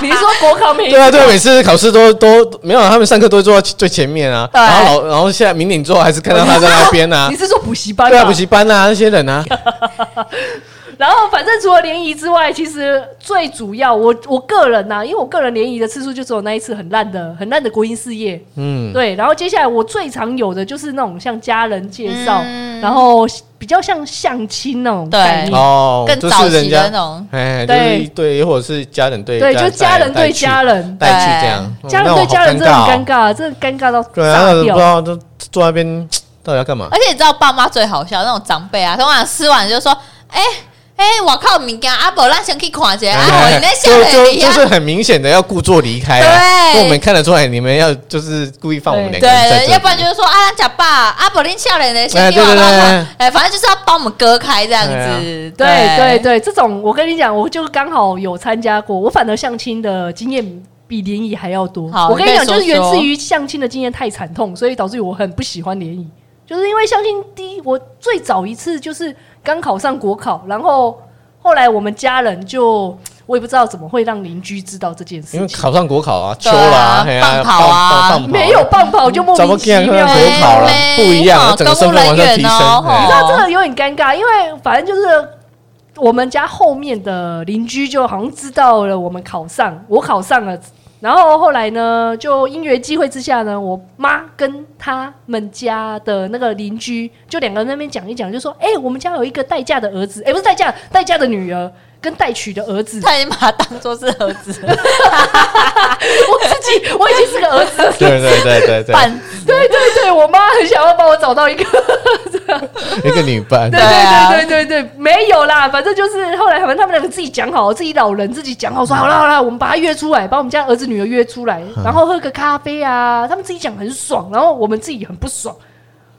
B: 你是说国考没？
A: 对啊，对啊，每次考试都都没有，他们上课都会坐到最前面啊。
C: 对
A: 然后老，然后现在明领之后还是看到他在那边啊
B: 你。是说补习班？
A: 对啊，补。习班啊，那些人 啊，
B: 然后反正除了联谊之外，其实最主要，我我个人呐、因为我个人联谊的次数就只有那一次很烂的、很烂的国营事业，
A: 嗯，
B: 对，然后接下来我最常有的就是那种像家人介绍，
C: 嗯
B: 然后比较像相亲那种
C: 对
B: 概念。
A: 哦，
C: 更
A: 就是
C: 早
A: 人
C: 期的
A: 家
C: 那，种。
A: 哎，就
B: 对
A: 是对，或者是家人对
B: 对，就家人对家
A: 人
B: 人，
A: 带去这样，哦
B: 家人对家人真的很尴。尬，真的尴尬
A: 那我
B: 到
A: 好尴尬哦对啊，那
B: 炸
A: 不知
B: 掉。
A: 道都坐在那边到底要干嘛？
C: 而且你知道，爸妈最好笑那种长辈啊，通常吃完就说，哎、哎、我靠，物件阿伯咱先去看一
B: 哎
C: 下，啊，我那下
A: 哎就就
C: 面
A: 就
C: 呀，
A: 是很明显的要故作离开啊，
C: 对
A: 因为我们看得出来，你们要就是故意放我们两
C: 对
A: 个人在这
C: 对，
A: 里，
C: 要不然就是说啊，咱假爸阿伯恁笑脸的
A: 哎
C: 先
A: 对对对
C: 听好了
A: 对，啊
C: 哎，反正就是要帮我们割开这样子，
B: 对对对，这种我跟你讲，我就刚好有参加过，我反而相亲的经验比联谊还要多。
C: 好
B: 我跟你
C: 你
B: 讲，
C: 可以
B: 就
C: 说
B: 是源自
C: 说
B: 于相亲的经验太惨痛，所以导致于我很不喜欢联谊。就是因为相亲，第一，我最早一次就是刚考上国考，然后后来我们家人就我也不知道怎么会让邻居知道这件事
A: 因为
B: 情，
A: 考上国考啊，秋
C: 啊
A: 啦，嘿
C: 放跑啊
A: 放放跑
B: 没有办法，我就莫
A: 怎么啊
B: 名其
A: 可能
B: 妙
A: 考。国考了
C: 哎
A: 不一样了
C: 哦
A: 整个身份往上提升
C: 公务人员哦
A: 哎
B: 你知道这
C: 吼
B: 个有点尴尬，因为反正就是我们家后面的邻居就好像知道了我们考上，我考上了然后后来呢，就因缘机会之下呢，我妈跟他们家的那个邻居，就两个人在那边讲一讲，就说：“哎、我们家有一个待嫁的儿子，哎、不是待嫁，待嫁的女儿跟待娶的儿子，
C: 他已经把它当做是儿子
B: 我自己我已经是个儿子了，
A: 对对对 对对，
C: 办，
B: 对对对，我妈很想要帮我找到一个
A: 一个女伴，
B: 对
C: 对啊
B: 对对对对，没有啦，反正就是后来他们他们两个自己讲好，自己老人自己讲好，说好啦好啦，我们把他约出来，把我们家儿子女儿约出 来，然后喝个咖啡啊，他们自己讲很爽，然后我们自己很不爽，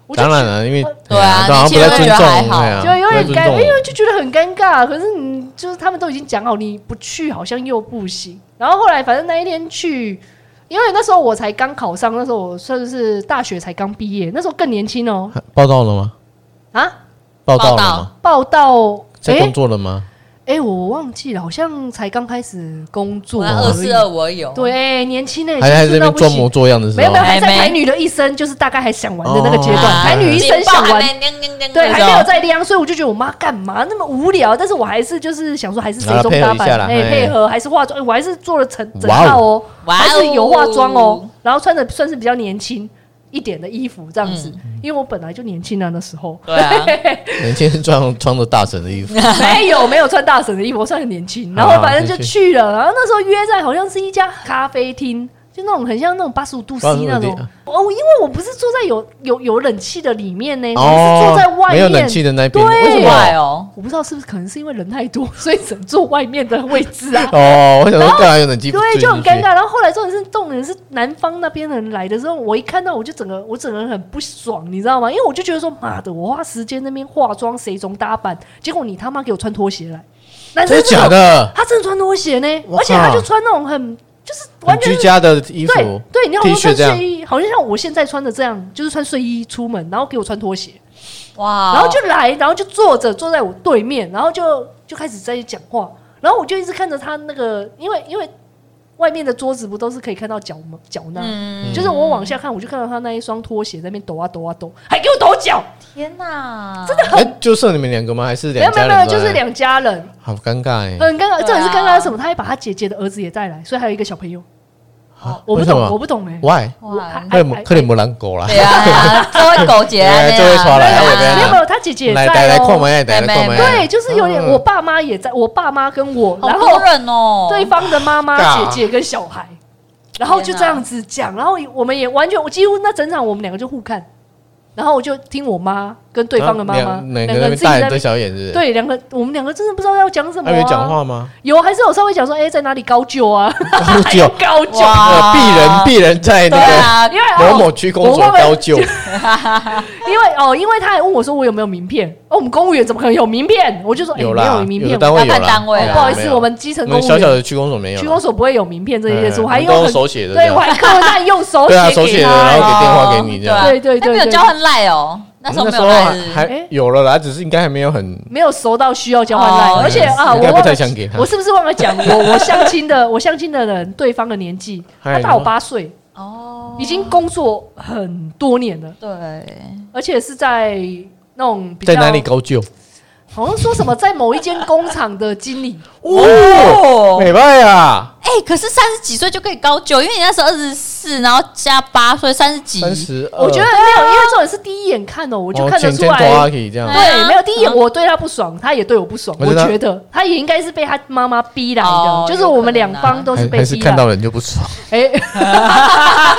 B: 我就
A: 当然了，因为
C: 对啊
A: 当然不太尊重，
C: 年轻人觉得还好
A: 对啊，
B: 就有点
A: 不太
B: 尴，
A: 尊重
B: 因为就觉得很尴尬。可是你就是他们都已经讲好，你不去好像又不行。然后后来反正那一天去，因为那时候我才刚考上，那时候我算是大学才刚毕业，那时候更年轻哦、
A: 报道了吗？
B: 啊，
A: 报道
C: 报
A: 了
C: 道
A: 吗？
B: 报到
A: 在
B: 诶
A: 工作了吗？
B: 哎、我忘记了，好像才刚开始工作
C: 我
B: 而
C: 二
B: 已
C: 四二五而已哦。
B: 对，年轻呢、欸，
A: 还还在
B: 青春
A: 那边
B: 到不
A: 装模
B: 行。
A: 作样的时
B: 没有
A: 候
B: 没有，，还在
C: 还没
B: 台女的一生，就是大概还想玩的那个阶段，
A: 哦
B: 台女一生想玩，
C: 警报还没叮叮叮
B: 对，
C: 那
B: 还
C: 种
B: 没有在量，所以我就觉得我妈干嘛那么无聊？但是我还是就是想说，还是
A: 啊
B: 谁中
A: 配合
B: 搭
A: 一
B: 扮
A: 下，啦
B: 哎、
A: 嘿
B: 配合还是化妆，哎、我还是做了整整
A: 哇哦
B: 套哦，
C: 哇哦
B: 还是有化妆哦，然后穿的算是比较年轻一点的衣服这样子，
C: 嗯
B: 因为我本来就年轻了那时候，
C: 对啊，
A: 人家是穿穿着大神的衣服，
B: 没有没有穿大婶的衣服，我算很年轻。然后反正就去了，然后那时候约在好像是一家咖啡厅，就那种很像那种八十五度 C
A: 85度
B: 那种
A: C。啊
B: 哦，因为我不是坐在有有有冷气的里面呢，我是
A: 哦
B: 坐在外面。
A: 没有冷气的那边，
B: 对
A: 为什
C: 意
A: 么。
C: 外？哦，
B: 我不知道是不是可能是因为人太多，所以只能坐外面的位置啊
A: 哦，我想说干嘛有冷气？
B: 对，就很
A: 不进
B: 尴
A: 去
B: 尬。然后后来重点是，重点是南方那边的人来的时候，我一看到我就整个我整个人很不爽，你知道吗？因为我就觉得说，妈的，我花时间那边化妆、谁中打扮，结果你他妈给我穿拖鞋来，男生
A: 真的假
B: 这种？
A: 的？
B: 他真的穿拖鞋呢，
A: 我靠
B: 而且他就穿那种很就是完
A: 很
B: 全
A: 居
B: 是
A: 家的衣服
B: 对，对，你好
A: T
B: 像
A: 恤
B: 穿
A: 这样
B: 睡衣，好像像我现在穿的这样，就是穿睡衣出门，然后给我穿拖鞋。
A: 啊
C: 哇，嗯
B: 然后就来，然后就坐着坐在我对面，然后就就开始在讲话，然后我就一直看着他那个，因为因为外面的桌子不都是可以看到脚吗？脚那，
C: 嗯
B: 就是我往下看，我就看到他那一双拖鞋在那边抖啊抖啊抖，还给我抖脚，
C: 天哪，
B: 真的很。
A: 哎，就剩你们两个吗？还是
B: 没
A: 两
B: 有没
A: 家
B: 有
A: 人
B: 没
A: 都在？
B: 有，就是两家人，
A: 好尴尬哎，
B: 很尴尬。这
C: 对啊
B: 点是尴尬的是什么？他还把他姐姐的儿子也带来，所以还有一个小朋友。
A: 啊
B: 我不
A: 为什
B: 懂，我
A: 么
B: 不懂哎。
A: ？Why？
C: 哇，
A: 克里姆克里姆狼狗啦，
C: 对啊，这会勾结啊，
A: 对
C: 这
A: 这会传来
B: 没
A: 啊
B: 有
A: 我的
B: 没有没有，他姐姐也
A: 来来
B: 在
A: 来，矿
B: 哦。
A: 门来来来矿门，
B: 对，就是有点，
A: 嗯
B: 我爸妈也在，我爸妈跟我，
C: 好
B: 然后
C: 多人哦，
B: 对方的妈妈、
A: 尬
B: 姐姐跟小孩，然后就这样子讲，然后我们也完全，我几乎那整场我们两个就互看，然后我就听我妈跟对方的妈妈
A: 啊两
B: 两
A: 个那
B: 个人
A: 边
B: 自己在
A: 大眼
B: 那
A: 瞪
B: 边
A: 小眼是不是？，
B: 对两个，我们两个真的不知道要讲什么
A: 还没讲
B: 啊。
A: 话吗？
B: 有还是有稍微讲说，哎，在哪里高就啊？
A: 高 就
B: 高就，
C: 哇
A: 呃鄙人鄙人在
C: 对
A: 那
C: 啊
B: 因，为
A: 个
B: 哦
A: 某某区公所
B: 我忘了
A: 高 就，
B: 因为哦，因为他还问我说我有没有名片，哦，我们公务员怎么可能有名片？我就说哎，
A: 有
B: 没
A: 啦，
B: 有名
A: 有
B: 片哦
A: 的，单位有
C: 要
A: 啦，
C: 看单位
A: 对啊
B: 不好意
A: 没
B: 思，
A: 有
B: 我们基层
A: 那
B: 公务
A: 小小
B: 员，
A: 的区公所没有啦，
B: 区公所不会有名片这些事，
A: 嗯
B: 我还
A: 都
B: 用
A: 是
B: 很
A: 手写的这
B: 对，
A: 样，
B: 我还客难用手
A: 对啊
B: 写
A: 手
B: 给
A: 写的
B: 他
A: 然后
B: 哎
A: 给电话给你这样
B: 对对对
C: 那没有
B: 对
C: 交换赖哦，那时候
A: 那时
C: 没有
A: 候
C: 赖
A: 还
C: 是不是，
B: 哎
A: 还有了啦，只是应该还没有很
B: 没有熟到需要交换赖，
C: 哦
B: 而且啊，
A: 应
B: 我
A: 该
B: 忘
A: 不太
B: 了
A: 想给他
B: 我是不是忘了讲我我相亲的我相亲的人对方的年纪，
A: 嗨
B: 他大我八岁，
C: 哦，
B: 已经工作很多年了，
C: 对。
B: 而且是在那种比较
A: 在哪里，高就
B: 好像说什么在某一间工厂的经 理，
A: 哦，美败啊，
C: 哎、可是三十几岁就可以高就，因为你那时候二十四，然后加八岁，三十几，
A: 三十二，
B: 我觉得没有，因为这种是第一眼看哦，我
A: 我
B: 就看得出
A: 多阿
B: 来。哎
A: 这样，
C: 对啊
B: 对，没有第一眼我对他不爽，他也对我不爽。
A: 我
B: 我
A: 知道
B: 觉得他也应该是被他妈妈逼来
C: 哦
B: 的，就是我们两方都是
A: 还
B: 被
A: 还是
B: 逼来
A: 看。到人就不爽，
B: 哎，
C: 啊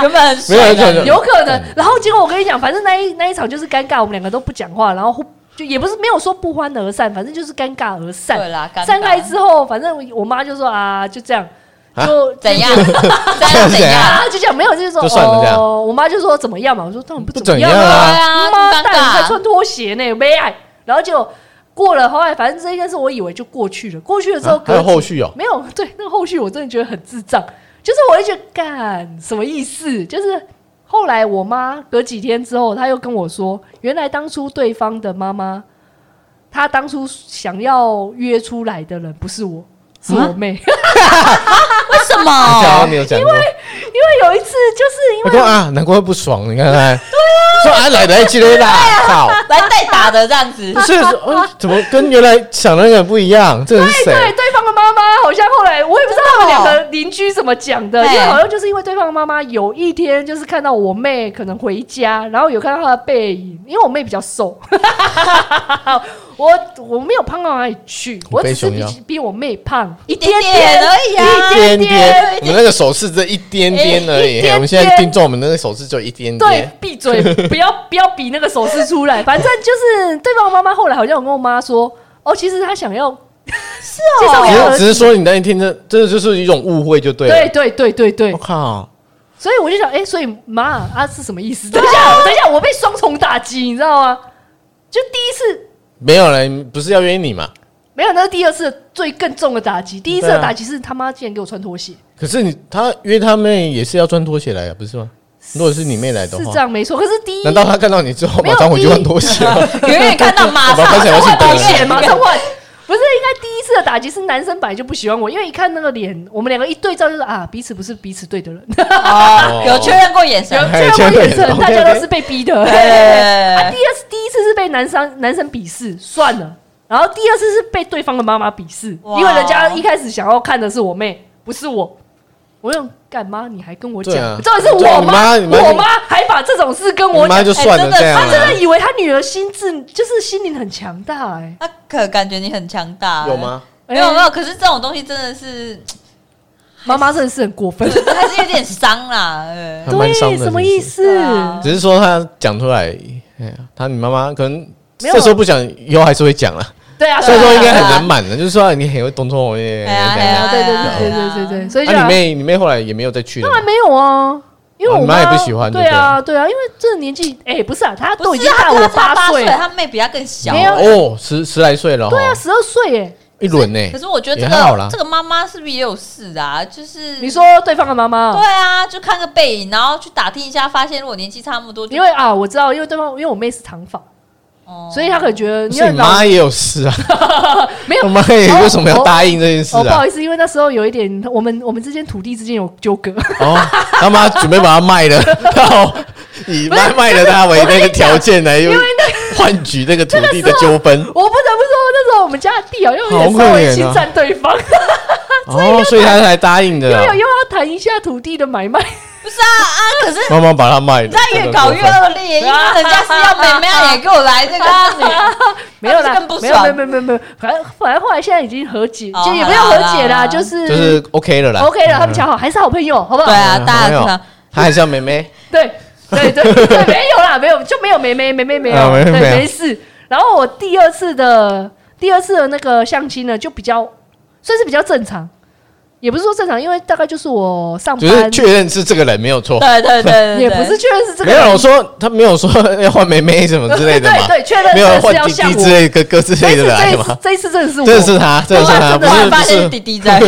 C: 原本很
A: 没有
C: 帅
A: 这
C: 的
A: 样
B: 有可
A: 嗯
B: 能。然后结果我跟你讲，反正那一那一场就是尴尬，我们两个都不讲话，然后互就也不是没有说不欢而散，反正就是尴尬而
C: 对
B: 散。
C: 啦，尴尬
B: 散开之后，反正我妈就说啊，就这样，
A: 啊
B: 就
C: 怎样？怎样？怎
A: 怎
C: 样
A: 样？
B: 啊，就这样，没有就是说
A: 就算了这样
B: 哦，我妈就说怎么样嘛，我说当然不
A: 不
B: 怎么样
A: 怎样啊
C: 对
B: 妈
C: 啊这么尴尬
B: 蛋在穿拖鞋呢，没爱。然后就过了，后来反正这件事我以为就过去了，过去了之后
A: 啊还
B: 隔
A: 有
B: 几
A: 后续哦，
B: 没有，对，那个后续我真的觉得很智障，就是我会觉得干什么意思？就是后来我妈隔几天之后，她又跟我说，原来当初对方的妈妈，她当初想要约出来的人不是我。是
A: 啊
B: 我妹，
C: 为什
A: 讲啊
C: 么？
A: 你有讲过，
B: 哦因为有一次就是因
A: 我
B: 为
A: 说啊，难怪会不爽，你看看，说啊，奶奶之类啦，操。哦
C: 来代打的这样 子
A: 不，是，呃怎么跟原来想的那个不一样？这是谁？
B: 哎对对方的妈妈妈好像后来我也不知道
C: 真的哦
B: 他们两个邻居怎么讲的，
C: 嘿
B: 因为好像就是因为对方的妈妈有一天就是看到我妹可能回家，然后有看到她的背影，因为我妹比较瘦，我我没有胖到哪里去，
A: 我
B: 我
A: 被
B: 只是
A: 熊
B: 比
A: 腰
B: 比我妹胖一
C: 一点
B: 点
C: 点而已啊。
A: 一点点，
B: 一点点
A: 我们那个手势这一点点而
B: 一
A: 已。
B: 点点
A: 我们现在听众，我们那个手势就一点
B: 对
A: 点，，
B: 闭嘴，不要不要比那个手势出 来。反正就是对方的妈妈后来好像有跟我妈说，哦，其实她想要是哦，介绍给她
A: 只 是只
B: 儿
A: 是
B: 子。
A: 说你那一听这，这就是一种误会就对
B: 对
A: 了。
B: 对对对对
A: 我，靠，
B: 所以我就想，哎、所以妈啊是什么意思？等一下，等一下，我被双重打击，你知道吗？就第一次
A: 没有人不是要约你嘛？
B: 没有，那是第二次最更重的打击。第一次的
A: 对啊
B: 打击是他妈竟然给我穿拖鞋，
A: 可是你他约他妹也是要穿拖鞋来的，啊不是吗？如果是你妹来的
B: 是这
A: 话，
B: 样没错。可是第一
A: 难道他看到你之后
B: 没有
A: 马上回去
B: 第一
A: 换拖鞋吗？
C: 远远看到马
A: 我
C: 上
A: 把刚才要去
C: 换
A: 等
B: 换
C: 保
B: 保险
C: 险，
B: 吗？这换不是应该第一次的打击是男生本来就不喜欢我，因为一看那个脸，我们两个一对照就是啊，彼此不是彼此对的人，
C: 哦，有确认过眼神，
A: 哎
B: 这样我眼
A: 确
B: 神
A: 认
B: 大家
A: OK，OK
B: 都是被逼 的。啊，
C: 对
B: 第二次第一次是被男生男生鄙视，算了。然后第二次是被对方的妈妈鄙视，
C: 哇
B: 因为人家一开始想要看的是我妹，不是我。我用干妈，你还跟我讲
A: 对啊，
B: 这、是我妈，
A: 对你妈你妈
B: 我妈还把这种事跟
A: 你
B: 我
A: 妈
B: 讲，
A: 就算了
C: 哎真的
A: 这样
B: 她真的
A: 啊，
B: 以为她女儿心智就是心灵很强大哎、
C: 他可感觉你很强大， 欸
A: 有？吗？
B: 哎
C: 没有没有，可是这种东西真的是
B: 妈妈真的是很过分，
C: 还是有点伤啦。 哎
A: 还蛮伤的
B: 对，什么
A: 其实
B: 意思？
C: 对啊
A: 只是说他讲出来，哎呀，他你妈妈可能
B: 没有啊
A: 这时候不讲，以后还是会讲 了。
B: 对啊，
A: 所以说应该很
B: 对啊
A: 难满的，就是说你很会动作，耶
C: 哎呀
A: 这
C: 哎
A: 样
C: 呀
B: 对对对对对对对，所以就
A: 啊，你妹你妹后来也没有再去了
B: 当然
A: 嘛，
B: 没有啊，因为
A: 哦
B: 我
A: 你妈也不喜欢就
B: 对
A: 对
B: 啊，对啊，因为这个年纪，哎，不是啊，她都
C: 不
B: 已
C: 是
B: 经大
C: 他
B: 我
C: 他八
B: 岁，
C: 他妹比他更小。
B: 没有
A: 哦，十十来岁了哦，
B: 对啊，十二岁，哎，
A: 一轮呢
C: 可。是我觉得
A: 也
C: 这
A: 还好啦
C: 个这个妈妈是不是也有事啊？就是
B: 你说对方的妈妈
C: 对
B: 啊，
C: 啊，就看个背影，然后去打听一下，发现如果年纪差那么多，就
B: 因为啊，我知道，因为对方因为我妹是长发，
C: 哦
B: 所以她可能觉得
A: 不
B: 你
A: 是
B: 很
A: 你
B: 老
A: 妈也有事 啊，
B: 没有哦
A: 我妈也为什么要答应这件事
B: 哦，不
A: 啊
B: 好？意思，因为那时候有一点，我们我们之间土地之间有纠葛，
A: 哦，他妈准备把她卖了，然后以卖卖了她为那个条件来，用换取这个土地的纠纷。
B: 我不得不说，那时候我们家的地好像有点
A: 好可
B: 稍微
A: 怜啊
B: 侵占对方，
A: 哦，所以她才答应的
B: 因为
A: 啊
B: 又，要谈一下土地的买卖，
C: 不是啊啊！可是
A: 妈妈把她卖了。
C: 那越搞越恶劣，因为人家是要妹妹啊也给我来这
B: 啊
C: 个，
B: 没有
C: 他
B: 啦
C: 们是更不，
B: 没有
C: 爽
B: 没有没有没有没有，反正反正后来现在已经和解，
C: 哦
B: 就也没有
C: 好
B: 和
C: 啦
B: 解
C: 好
B: 啦，
C: 啦
B: 就是
A: 就是 OK 了啦
B: OK 了，他们讲好，还是好朋友，好不好？
C: 对啊，
A: 嗯
C: 大
A: 没
C: 家
A: 有
C: 知道。
A: 她还是要妹妹。
B: 对对对对，没有啦，没有就没有没没没没没
A: 啊
B: 有，
A: 没
B: 对
A: 没有
B: 没事。然后我第二次的第二次的那个相亲呢，就比较算是比较正常，也不是说正常，因为大概就是我上
A: 就是
B: 班，
A: 确认是这个人没有错，
C: 对对对对，对
B: 也不是确认是这个
A: 没有我说他没有说要换妹妹什么之类的嘛，
B: 对对确认
A: 没有
B: 是
A: 换
B: 要
A: 弟
B: 像
A: 弟
B: 我
A: 之类哥哥之
B: 这
A: 类
B: 一次
A: 的来
B: 这一
A: 嘛
B: 次，这一次真的是我，
A: 这是他，这是他，
C: 突
A: 不
C: 然
A: 是
C: 发现
A: 不
C: 弟
A: 是，
C: 弟在，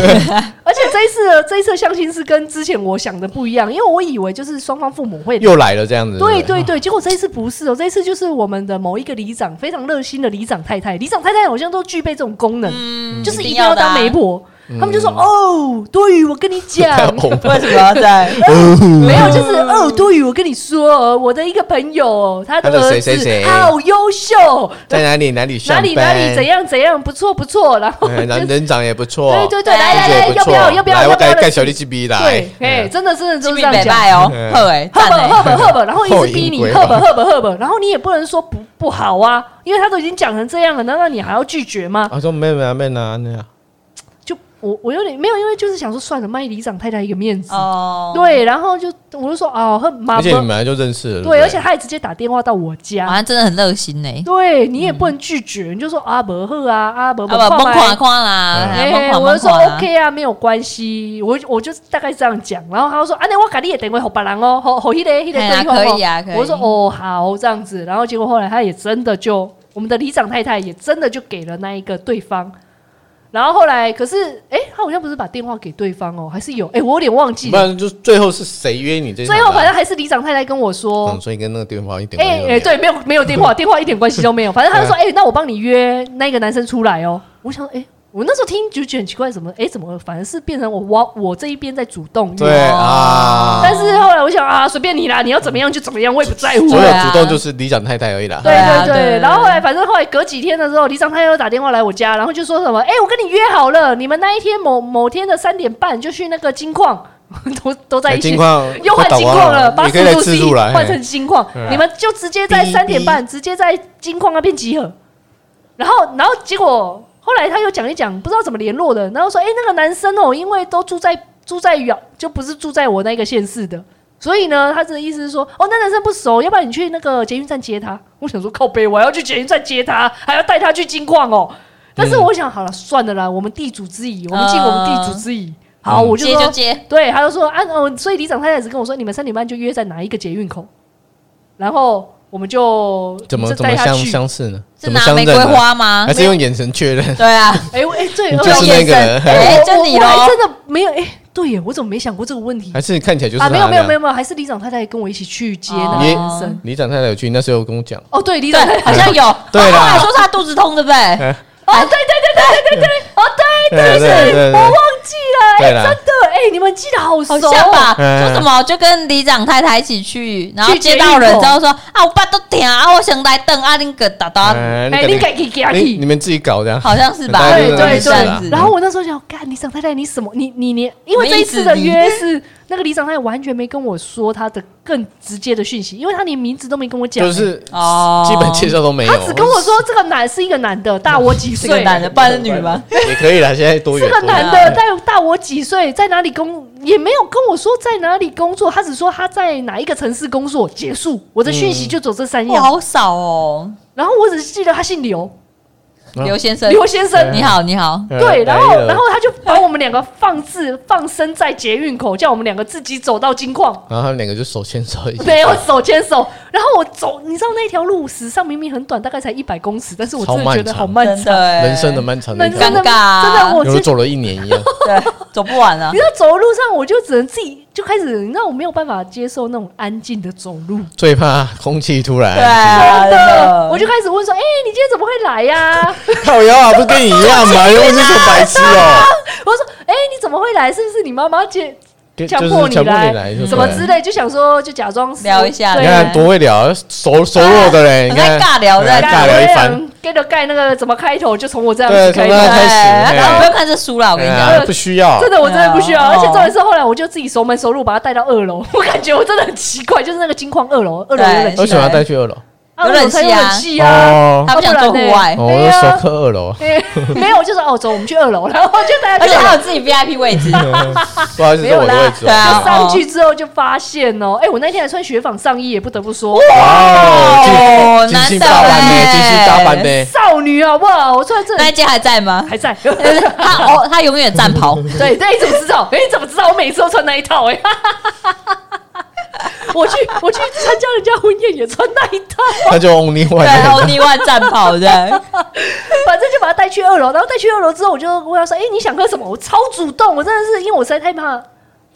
B: 而且这一次的这一次的相亲是跟之前我想的不一样，因为我以为就是双方父母会
A: 又来了这样子，
B: 对
A: 不对
B: 对对，结果这一次不是哦，这一次就是我们的某一个里长非常热心的里长太太，里长太太好像都具备这种功能，
C: 嗯
B: 就是一定要当媒
C: 一定
B: 婆。他们就说：“
A: 嗯
B: 哦，多余，我跟你讲，
A: 太红
C: 要的啊，为什么 要在？
B: 没有，就是哦，多余，我跟你说，我的一个朋友，他
A: 他
B: 的
A: 的
B: 儿
A: 谁谁谁
B: 子好优秀，
A: 在哪里哪里上
B: 哪
A: 班
B: 里哪里怎，样怎样，不错不错。”然 后
A: 哎人
B: 就是
A: 人长也不错，
B: 对对对，
C: 对
B: 来来
A: 姐
B: 来，
A: 姐也
B: 要
A: 不
B: 不
A: 错，
B: 要要不要
A: 来
B: 要
A: 我
B: 不要
A: 带
B: 来
A: 带小弟去逼来
B: 对，，哎，真的真的
C: 鸡
B: 就是
C: 比
B: 这样
C: 北
B: 讲。
C: 拜哦
A: 嗯，
C: 贺哎，
B: 赫
C: 赞
B: 本赫
C: 哎，
B: 本赫本，然后一
A: 后
B: 直
A: 引
B: 逼你
A: 鬼
B: 赫
A: 吧
B: 本赫本赫本，然后你也不能说不不好啊，因为他都已经讲成这样了，难道你还要拒绝吗？
A: 我说妹妹啊妹啊那样，
B: 就我我有点没有，因为就是想说算了，卖里长太太一个面子。
C: 哦，
B: 对，然后就我就说哦，赫妈
A: 而且你啊本
B: 妈，
A: 来就认识了，
B: 对，而且
A: 他
B: 他也直接打电话到我
C: 好
B: 家，
C: 像真的很热心呢。
B: 对你也不能拒绝，你就说啊伯赫啊啊伯
C: 啊不，
B: 伯
C: 崩垮垮啦，哎崩
B: 哎，
C: 垮
B: 我
C: 崩
B: 就说
C: 垮啦。
B: OK 啊，没有关系，我我就大概这样讲，然后他就说啊，那我改你也等会好白人哦，好好一嘞一嘞
C: 嘿啊
B: 对方哦
C: 可以啊可以
B: 我说哦好这样子，然后结果后来他也真的就我们的里长太太也真的就给了那一个对方，然后后来可是哎，他好像不是把电话给对方哦，还是有哎，我有点忘记
A: 不
B: 了，
A: 然就最后是谁约你这场
B: 最
A: 的啊？
B: 后反正还是里长太太跟我说，
A: 嗯，所以跟那个电话一点
B: 哎、
A: 关系都
B: 哎、
A: 没有，啊
B: 对，没有没有电话，电话一点关系都没有。反正他就说，哎、那我帮你约那个男生出来哦。我想，哎、我那时候听就觉得很奇怪，怎么哎、怎么反而是变成我我我这一边在主动
A: 对
B: 用
A: 啊，
B: 但是后来我想啊，随便你啦，你要怎么样就怎么样，我也不在乎
A: 所
C: 对
A: 有
B: 了。
C: 啊
A: 主动就是里长太太而已啦。哎
B: 对
C: 啊
B: 对
C: 对对
B: 对，然后后来反正后来隔几天的时候，李长他又打电话来我家，然后就说什么：“哎、我跟你约好了，你们那一天某某天的三点半就去那个金矿， 都都在一起
A: 金。”矿 啊
B: 又换金矿了，把
A: 你
B: 速
A: 可以来
B: 度
A: 自
B: C
A: 助了，
B: 换成金矿
A: 对啊，
B: 你们就直接在
C: 哔哔
B: 三点半直接在金矿那边集合。然后，然后结果后来他又讲一讲，不知道怎么联络的，然后说：“哎，那个男生哦，因为都住在住在远，就不是住在我那个县市的，所以呢，他的意思是说，哦，那男生不熟，要不然你去那个捷运站接他。”我想说靠背，我还要去捷运站接他，还要带他去金矿哦。但
A: 嗯
B: 是我想好了，算了啦，我们地主之谊，我们尽我们地主之谊。好，
A: 嗯
B: 我就
C: 接
B: 说
C: 就接，
B: 对，他就说啊，哦，所以里长太太只跟我说，你们三点半就约在哪一个捷运口，然后我们就
A: 怎么
B: 就
A: 怎么
B: 带他
A: 相
B: 去啊
A: 相似呢？
C: 是
A: 怎么
C: 拿
A: 相
C: 玫
A: 认
C: 瑰
A: 呢？
C: 花吗
A: 还？是用眼神确 认？
C: 对啊，
B: 哎哎，对，
A: 你
B: 我
A: 就是那个人
C: 用眼神 哎
B: 我
C: 就你
B: 我还
C: 喽，
B: 真的没有哎，对耶，我怎么没想过这个问题
A: 还是你看起来就是
B: 啊？没有
A: 他
B: 没有
A: 那样
B: 没有没有，还是里长太太跟我一起去接那个
A: 你
B: 男生。
A: 里长太太有去，那时候跟我讲，
B: 哦，对，里
C: 对
B: 长太，太
C: 好像有。
A: 对啦
C: 后来说是他肚子痛，对不对？
B: 哦，对对对对对对对，哦对
A: 对
B: 对哦
A: 对对对
B: 对，我忘记了，
A: 对
B: 哎，
A: 啦
B: 真的哎，你们记得好
C: 好
B: 熟
C: 像吧？
A: 嗯
C: 说什么就跟里长太太一起去，然后
B: 去捷
C: 接
B: 运
C: 到人
B: 口
C: 之后说啊，我爸都疼啊，我想来等阿林哥打到，
A: 哎
B: 哎，
A: 你
B: 你
A: 肯
B: 改去给
A: 定你
B: 去
A: 你。们自己搞的啊，
C: 好像是吧？
A: 大概
B: 对
A: 就是
B: 对
C: 这样
B: 对，
C: 子
B: 然后我那时候想，干李长太太，你什么？你你你，因为
C: 没
B: 这一
C: 意思
B: 次的
C: 你
B: 约是那个李长太太完全没跟我说他的更直接的讯息，因为他连名字都没跟我讲、
A: 就是
C: 哦
A: 基本介绍都没有。
B: 他只跟我说这个男是一个男的，大我几
C: 是个
B: 岁，
C: 男的，不然是女吗？
A: 也可以啦，现在多远？
B: 是个啊
A: 多远
B: 男的，大大我几岁，在哪里工，也没有跟我说在哪里工作，他只说他在哪一个城市工作。结束，我的讯息就走这三
C: 嗯哇，
B: 样，
C: 好少哦，
B: 然后我只记得他姓刘，
A: 嗯
C: 刘先生，
B: 刘先生，
C: 你好，你好，
A: 呃
B: 对，然后
A: 来了
B: 然后他就把我们两个放置放生在捷运口，叫我们两个自己走到 金矿，
A: 然后他们两个就手牵手一起，
B: 没有手牵手。然后我走，你知道那条路史上明明很短，大概才一百公尺，但是我真
A: 超
B: 的
A: 漫
B: 觉得
A: 长
B: 好漫
C: 真
B: 长，
C: 的欸
A: 人生的漫长的一
B: 人
A: 条
B: 生
A: 路，
B: 的
C: 尴尬啊
B: 真的我
A: 有
B: 是
A: 如走了一年一样。
C: 对，走不完啊
B: 你。知道走的路上，我就只能自己就开始，你知道我没有办法接受那种安静的走路，
A: 最怕空气突然
C: 对啊，真的，
B: 我就开始问说：“哎、你今天怎么会来呀、
A: 靠腰啊，不是跟你一样吗？又不是说白痴 哦，
B: 我说：“哎、你怎么会来？是不是你妈妈接
A: 跟就
B: 强
A: 是
B: 迫你
A: 强迫
B: 来
A: 你来，就
B: 什么
A: 对
B: 之类？”就想说，就假装是
C: 聊一下
A: 你
B: 对，
A: 看多会聊，啊熟熟络的嘞，
B: 哎
A: 你
C: 很爱
A: 看
C: 尬聊
A: 对
C: 在
A: 尬聊一番，
B: 跟着盖那个怎么开头，就从我这样
A: 对，
B: 子
A: 从
B: 开
A: 那
B: 头。
A: 开始，
C: 然后不
A: 哎
C: 用看这书啦，我跟你
A: 哎
C: 讲，
A: 呀不需要
B: 真，的，我真的不需要，
C: 对啊
B: 而且重点是后来我就自己熟门熟路把它带到二楼，我感觉我真的很奇怪，就是那个金矿二楼，二楼有冷
C: 对
B: 气，
A: 为什么要带去二楼？
B: 啊二楼才有
C: 有冷
B: 冷
C: 气
B: 气啊，
C: 他不想做户外，
A: 哦，
B: 对
A: 我
B: 啊
A: 熟客二楼，
B: 哎 没有，就是哦，走，我们去二楼，然后就大家
C: 而且
B: 去二楼
C: 他有自己 VIP 位置，
A: 不好意思，
B: 没
A: 这
B: 有
A: 我的
B: 啦
A: 位置
C: 对
A: 哦。
C: 啊
B: 就上去之后就发现哦，哎、我那天还穿雪纺上衣，也不得不说，
A: 哇
C: 哦
A: 哦，精
C: 难
A: 心
C: 得
A: 打扮呢，
C: 欸
A: 精心打扮呢。
B: 少女好不好？我穿这
C: 那一间还在吗？
B: 还 在。
C: 他哦，他永远战袍，
B: 对，对，你怎么知道？哎、你怎么知道？我每次都穿那一套、哎， 我去，我去参加人家婚宴也穿那一套，
A: 他就 only
C: 对啊
A: one，
C: ，Only One 战袍的，
B: 反正就把他带去二楼，然后带去二楼之后，我就问他说：“哎、你想喝什么？”我超主动，我真的是因为我实在太怕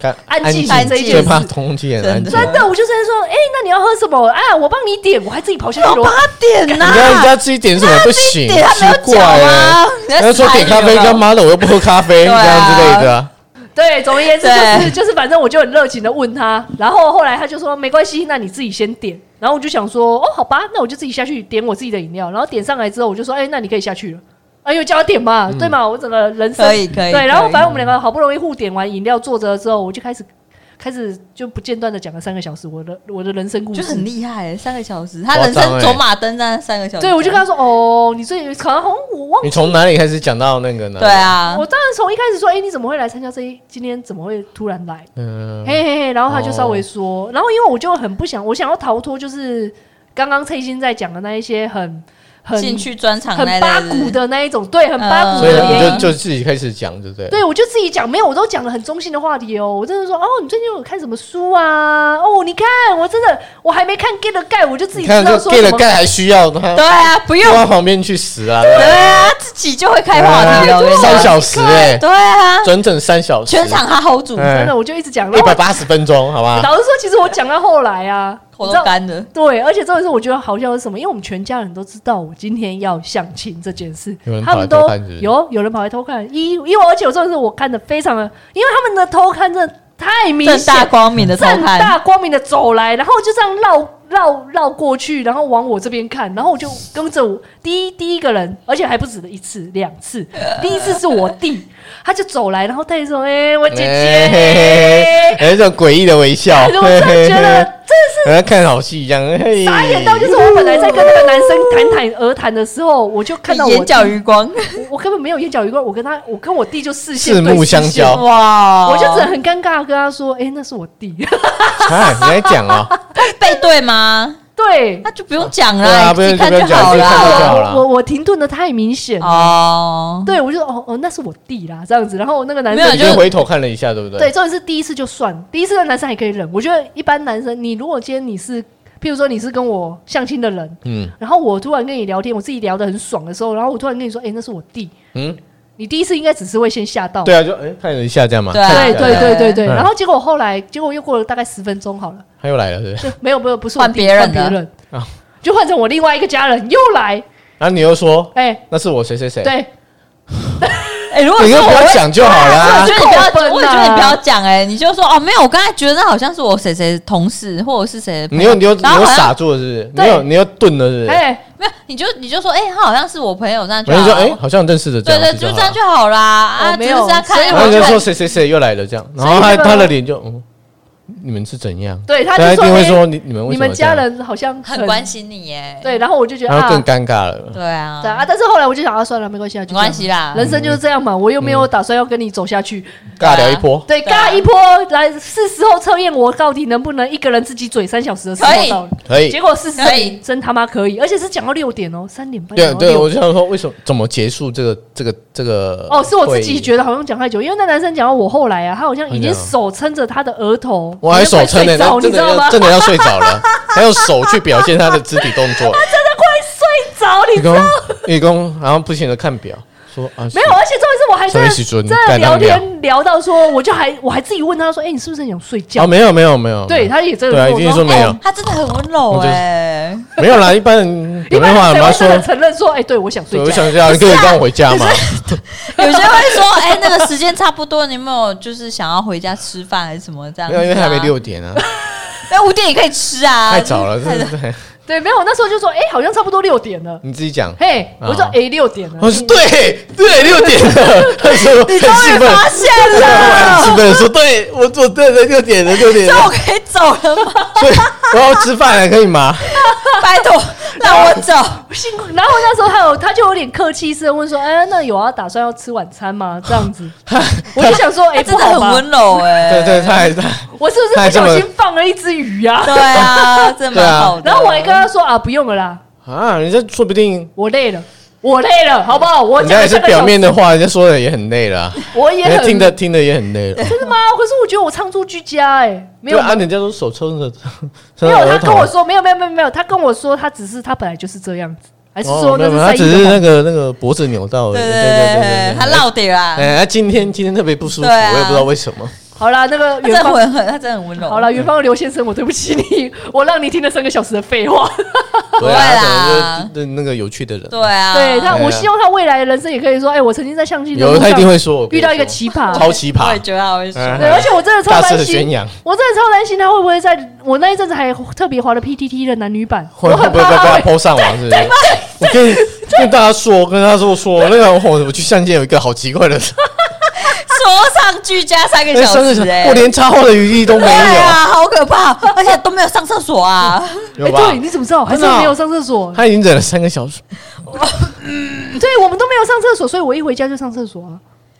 A: 看
B: 安静
A: 安
C: 这一
A: 静最
C: 件事
A: 怕空气很安静。
C: 真
B: 真的，我就在说：“哎、那你要喝什么？啊，我帮你点，我还自己跑下去
C: 我
B: 楼
C: 帮。他点呐
A: 你让人家自己点什么不行，
C: 点他没有
A: 奇怪
C: 讲啊
A: 哎。
C: 人家
A: 人家说点咖啡，
C: 死海女
A: 干妈的我又不喝咖啡，这
C: 啊对啊
A: 样之类的啊。”
B: 对，总而言之就
C: 对
B: 是就是，反正我就很热情的问他，然后后来他就说没关系，那你自己先点。然后我就想说，哦，好吧，那我就自己下去点我自己的饮料。然后点上来之后，我就说，哎、那你可以下去了。哎呦，叫他点嘛，对嘛，我整个人生
C: 嗯可以可以
B: 对，然后
C: 可以
B: 反正我们两个好不容易互点完饮料，坐着之后，我就开始开始就不间断的讲了三个小时我的我的人生故
C: 就很
B: 事。
C: 厉害、三个小时，他
A: 夸
C: 人
A: 张
C: 生
A: 欸
C: 走马灯那三个小时，
B: 对，我就跟他说，哦，你最可能好像我忘
A: 你从哪里开始讲到那个呢？
C: 对，啊
B: 我，当然从一开始说，哎、你怎么会来参加这一？今天怎么会突然来？
A: 嗯，
B: 嘿嘿嘿，然后他就
A: 哦
B: 稍微说，然后因为我就很不想，我想要逃脱，就是刚刚蔡欣在讲的那一些很很
C: 兴趣专场
B: 很
C: 那
B: 八
C: 类
B: 股
C: 的，
B: 的那一种，对，很八股
A: 所以
B: 的
C: 嗯
A: 你
B: 联
A: 就就
B: 谊。
A: 自己开始讲，对不对？
B: 对，我就自己讲，没有，我都讲了很中性的话题哦。我真的说，哦，你最近有看什么书啊？哦，你看，我真的，我还没看《Get 了盖》，我就自己
A: 你
B: 知
A: 看
B: 道
A: 这
B: 说
A: gay
B: 什
A: 的
B: 么。
A: 盖还需要他
C: 对啊，不
A: 坐
C: 用，
A: 到旁边去死啊！哎
C: 对啊，自己就会开话题了，我跟你
A: 三
C: 讲，
A: 小时哎，
C: 啊对啊，
A: 整整三小时，
C: 全场他 hold 住，
A: 嗯
B: 真的，我就一直讲。然
A: 一
B: 后
A: 百八十分钟，好吧？
B: 老实说，其实我讲到后来啊，
C: 头都干了。
B: 对，而且重点是我觉得好笑的是什么？因为我们全家人都知道我今天要相亲这件事
A: 有人，跑
B: 他
A: 来
B: 们
A: 偷
B: 都
A: 看是不是
B: 有有人跑来偷看，一因为而且我重点是我看的非常的，因为他们的偷看真的太明
C: 正
B: 显
C: 大光明的偷
B: 正
C: 看，
B: 大光明的走来，然后就这样绕绕绕过去，然后往我这边看，然后我就跟着我第一第一个人，而且还不止一次两次，第一次是我弟，他就走来，然后带着说：“哎、我 姐姐。
A: 哎，有一种诡异的微笑，
B: 但是我真的觉得真
A: 好像看好戏一样。嘿
B: 的是傻眼到，就是我本来在跟那个男生侃侃而谈的时候，我就看到我
C: 眼角
B: 弟
C: 余光，
B: 我根本没有眼角余光，我跟他，我跟我弟就视线
A: 四
B: 对
A: 目
B: 视线
A: 相，交。
C: 哇！
B: 我就只能很尴尬地跟他说：“哎、那是我弟。
A: 啊，你在讲哦，
C: 背对吗？”
B: 对，
C: 那就不用讲
A: 对啊
C: 了，你自
A: 不
C: 己
A: 用
C: 看就
A: 不用讲
C: 好
A: 自己看就
C: 了。
A: 好了
B: 我我停顿的太明显了
C: 哦，
B: 对，我就哦哦，那是我弟啦，这样子。然后那个男
C: 没有
B: 生
A: 你
C: 就
A: 就回头看了一下，对不对？
B: 对，重点是第一次就算，第一次的男生还可以忍。我觉得一般男生，你如果今天你是，譬如说你是跟我相亲的人，
A: 嗯
B: 然后我突然跟你聊天，我自己聊得很爽的时候，然后我突然跟你说，哎、那是我弟，
A: 嗯，
B: 你第一次应该只是会先吓到。
A: 对啊，就哎看了一下这样嘛。
C: 对啊
A: 看了
B: 对
A: 一下这
B: 对
A: 样
B: 对对对，
A: 嗯
B: 然后结果后来，结果又过了大概十分钟好了，
A: 他又来了，是不是？
B: 就没有没有不是我
C: 换
B: 弟
C: 别人
B: 换别
C: 了
B: 人
A: 啊，
B: 就换成我另外一个家人又来，
A: 然后你又说
B: 哎、
A: 那是我谁谁谁，
B: 对，
C: 哎，如果
A: 你
C: 是
A: 又
C: 我
A: 不要
C: 会
A: 讲就啊好
C: 我
A: 啦
C: 觉。得你不要
B: 扣分啊
C: 讲，我也觉得你不要讲，哎，你就说哦，没有，我刚才觉得那好像是我谁谁同事，或者是谁的朋
A: 你
C: 友，
A: 又你又你
C: 然后
A: 又
C: 好像
A: 傻住了，是不是？
B: 对
A: 你又你又顿了，是不是？
B: 哎、
C: 没有，你就你就说，哎，他好像是我朋友，那就
A: 然后
C: 好
A: 就说哎，好像认识的这
C: 对
A: 样
C: 对，
A: 子
C: 就这
A: 好
C: 样就好啦啊，
B: 我
C: 只
B: 哦没
C: 是
B: 有
C: 要看
B: 所以
C: 因
A: 然
C: 为
A: 后
C: 我
A: 你
C: 觉
A: 就
C: 得
A: 说谁谁谁又来了这样，然后
B: 所以
A: 他
B: 这个
A: 他的脸就嗯，你们是怎样？
B: 对，他
A: 他一
B: 就
A: 定
B: 说
A: 会
B: 哎
A: 说你你们为
B: 你
A: 什么这
B: 们家
A: 样，
B: 人好像
C: 很关心你耶，
B: 对，然后我就觉得
A: 然后
B: 啊
A: 更，尴尬了。
C: 对啊
B: 对，啊，但是后来我就想啊，算了，没关系啊，就
C: 没
B: 这样
C: 关系啦，
B: 人生就是这样嘛，我又
A: 嗯
B: 没有打算要跟你走下去，
A: 尬聊一波，
B: 对，
C: 对啊
B: 尬一波来，是时候测验我到底能不能一个人自己嘴三小时的时
C: 可
B: 候
C: 以
B: 到了。
A: 可以
B: 啊结。果事实
C: 可以
B: 上真他妈可以，而且是讲到六点哦，三点半
A: 对
B: 讲到
A: 对，
B: 六
A: 我
B: 点。
A: 就想说，为什么怎么结束这个这个这个？
B: 哦，是我自己。觉得好像讲太久，因为那男生讲到我后来啊，他好像已经手撑着他的额头，
A: 我还手撑呢，
B: 呢，
A: 那
B: 你
A: 真
B: 知
A: 的
B: 道吗？
A: 要真的要睡着了，还用手去表现他的肢体动 作。
B: 睡着你
A: 义工，义工，然后不停的看表，说啊，
B: 没有，而且重点是我还真
A: 什么时
B: 的
A: 阵
B: 真的
A: 干
B: 聊
A: 到
B: 天聊到说，我就还我还自己问他说，哎，你是不是很想睡觉
A: 哦，？没有没有没有，
B: 对，他也真的
A: 对啊
B: 跟我
A: 一定
B: 说
A: 说没有
C: 哎他真的很温柔
A: 我就
C: 哎，
A: 没 有啦，一般人
B: 一
A: 有没
B: 般
A: 有话，
B: 谁
A: 你
B: 会
A: 妈说，
B: 真的承认说，哎，对我想睡
A: 对我
B: 觉？
A: 想啊这样，你可以让我回家嘛？
C: 有些会说，哎、那个时间差不多，你有没有就是想要回家吃饭还是什么这样、
A: 没
C: 子
A: 有，因为
C: 啊
A: 还没，六点啊，
C: 哎，五点也可以吃啊，
A: 太早了，
C: 太
A: 对不对？
B: 对，没有，那时候就说，哎，好像差不多六点了。
A: 你自己讲。
B: 嘿，我说
A: 啊
B: A 六点了，
A: 我说对对，六点了， 他说很兴奋，
C: 发现了，
A: 很兴奋地说对，我我对对六点了六点
C: 所以我
A: 了，
C: 可以走了吗？
A: 所以我要吃饭了，可以吗？
C: 拜托，让我走。
B: 辛苦。然后那时候他有，他就有点客气似的问说，哎，那有要打算要吃晚 餐吗？这样子， 我就想说，哎，
C: 他真
B: 不
C: 的
B: 好
C: 很
B: 吧，
C: 温柔哎、
A: 对对，他还他
B: 我是不是
A: 他
B: 不
A: 还这么
B: 小心放了一只鱼 啊？
C: 对啊，真的蛮好的。
B: 然后我还跟他说啊，不用了啦，
A: 啊，人家说不定
B: 我累了。我累了，好不好？我
A: 人
B: 讲
A: 家嗯
B: 了
A: 也是
B: 三个小时
A: 表面的，话，人家说的也很累了啊，
B: 我也
A: 人家
B: 很
A: 听的听的也很累了。
B: 真的吗？可是我觉得我唱作俱佳，哎，没有
A: 对啊，人家都手撑着，
B: 没
A: 撑着
B: 有，他
A: 额
B: 跟
A: 头
B: 我。说没有没有没有没有，他跟我说他只是他本来就是这样子，还是
A: 哦
B: 说
A: 没
B: 那
A: 有，没
B: 是
A: 有
B: 在
A: 他
B: 意
A: 只是
B: 的
A: 那个那个脖子扭到而已。
C: 对
A: 对对
C: 对对
A: 对
C: 对
A: 对，
C: 他落底啦，
A: 哎，他今天今天特别不舒服，
C: 对啊
A: 我也不知道为什么。
B: 好啦，那个
C: 他真
B: 远
C: 的
B: 方
C: 很很，他真的很温柔。
B: 好啦，远方的刘先生，我对不起你，我让你听了三个小时的废话。
A: 对
C: 会
A: 啊，他
C: 啦
A: 可能就是那个有趣的人。
C: 对啊，
B: 对，但
A: 对啊
B: 我希望他未来的人生也可以说，哎，我曾经在相亲的
A: 有
B: 路
A: 他一定
B: 上
A: 会说，我跟
B: 遇
A: 你
B: 到一个
A: 说
B: 奇葩，
A: 超奇
C: 我
A: 葩
C: 也，觉得他会说，
A: 嗯
B: 对，而且我真的超
A: 大肆
B: 担
A: 的宣
B: 心，
A: 扬，
B: 我真的超担心他会不会在我那一阵子还特别滑了 PTT 的男女版，
A: 会
B: 我
A: 会
B: 很
A: 不会被
B: 怕他
A: 他
B: 会。
A: 抛上网？是不是？我跟跟大家说，跟大家说说那个我我去相见有一个好奇怪的人，
C: 说上居家三个
A: 哎
C: 小
A: 真的
C: 时
A: 是
C: 哎、
A: 我连插话的余地都没
C: 对
A: 有，
C: 啊，好可怕，而且都没有上厕所啊。
B: 哎，
A: 有吧
B: 对，？你怎么知道？还
A: 真
B: 是
A: 的哦
B: 没有上厕所？
A: 他已经忍了三个小时，
B: 对，我们都没有上厕所，所以我一回家就上厕所啊。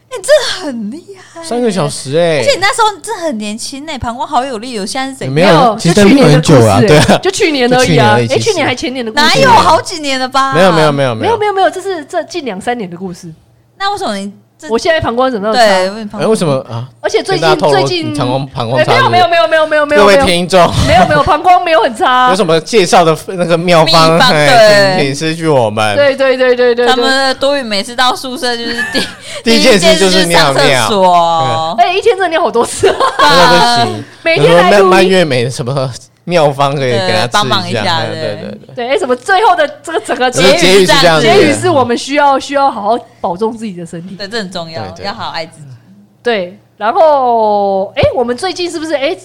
C: 你真的很厉害，
A: 三个小时哎
C: 而且，你那时候真的很年轻呢、膀胱好有力，有现在是怎
A: 没
C: 样？
A: 有
B: 就
A: 其实
B: 去
A: 没有
B: 年的
A: 很久啊
B: 故事
A: 对
B: 欸
A: 啊
B: 就去年
A: 就
B: 而已啊。
A: 去年而已
B: 哎，
A: 其实
B: 去年还前年的故
C: 哪
B: 事，
C: 有好几年了吧？
A: 没有没有没有
B: 没有没有没有，这是这近两三年的故事。
C: 那为什么你这
B: 我现在膀胱怎么那么
C: 对
B: 差？
C: 问旁
A: 哎，为什么啊？
B: 而且最
A: 跟大家
B: 近
A: 透露
B: 最近
A: 你膀胱膀胱
B: 哎
A: 差
B: 没
A: 是
B: 有
A: 不
B: 没
A: 是
B: 有没有没有没有没
A: 各
B: 有没
A: 位
B: 有啊
A: 听众，
B: 没有没有膀胱没有很差
A: 有。 什么介绍的那个妙方，
C: 秘方
A: 哎
C: 对
A: 请请私讯我们。
B: 对对对对对
C: 他
B: 对。
C: 们多雨每次到宿舍就是第
A: 第
C: 一
A: 一件
C: 事
A: 事就是
C: 上
A: 尿
C: 厕
A: 尿
C: 所，
B: 哎，一天真的尿好多次，
A: 那个不行，
B: 每
A: 有什
B: 天
A: 么
B: 来
A: 蔓
B: 录
A: 蔓
B: 音，
A: 越莓什么妙方可以
C: 对
A: 给他
C: 帮忙
A: 吃
C: 一下
A: 对
C: 对
A: 对对对。
B: 对，哎，怎么最后的这个整个
A: 可
B: 结
A: 是结
C: 语
A: 语是
C: 是这
A: 这样
C: 样
A: 子
C: 子
A: 的，
B: 结语是我们需要需要好好保重自己的身体。
C: 对，这很重要，
A: 对对嗯
C: 要好好爱自己。
B: 对，然后哎，我们最近是不是哎，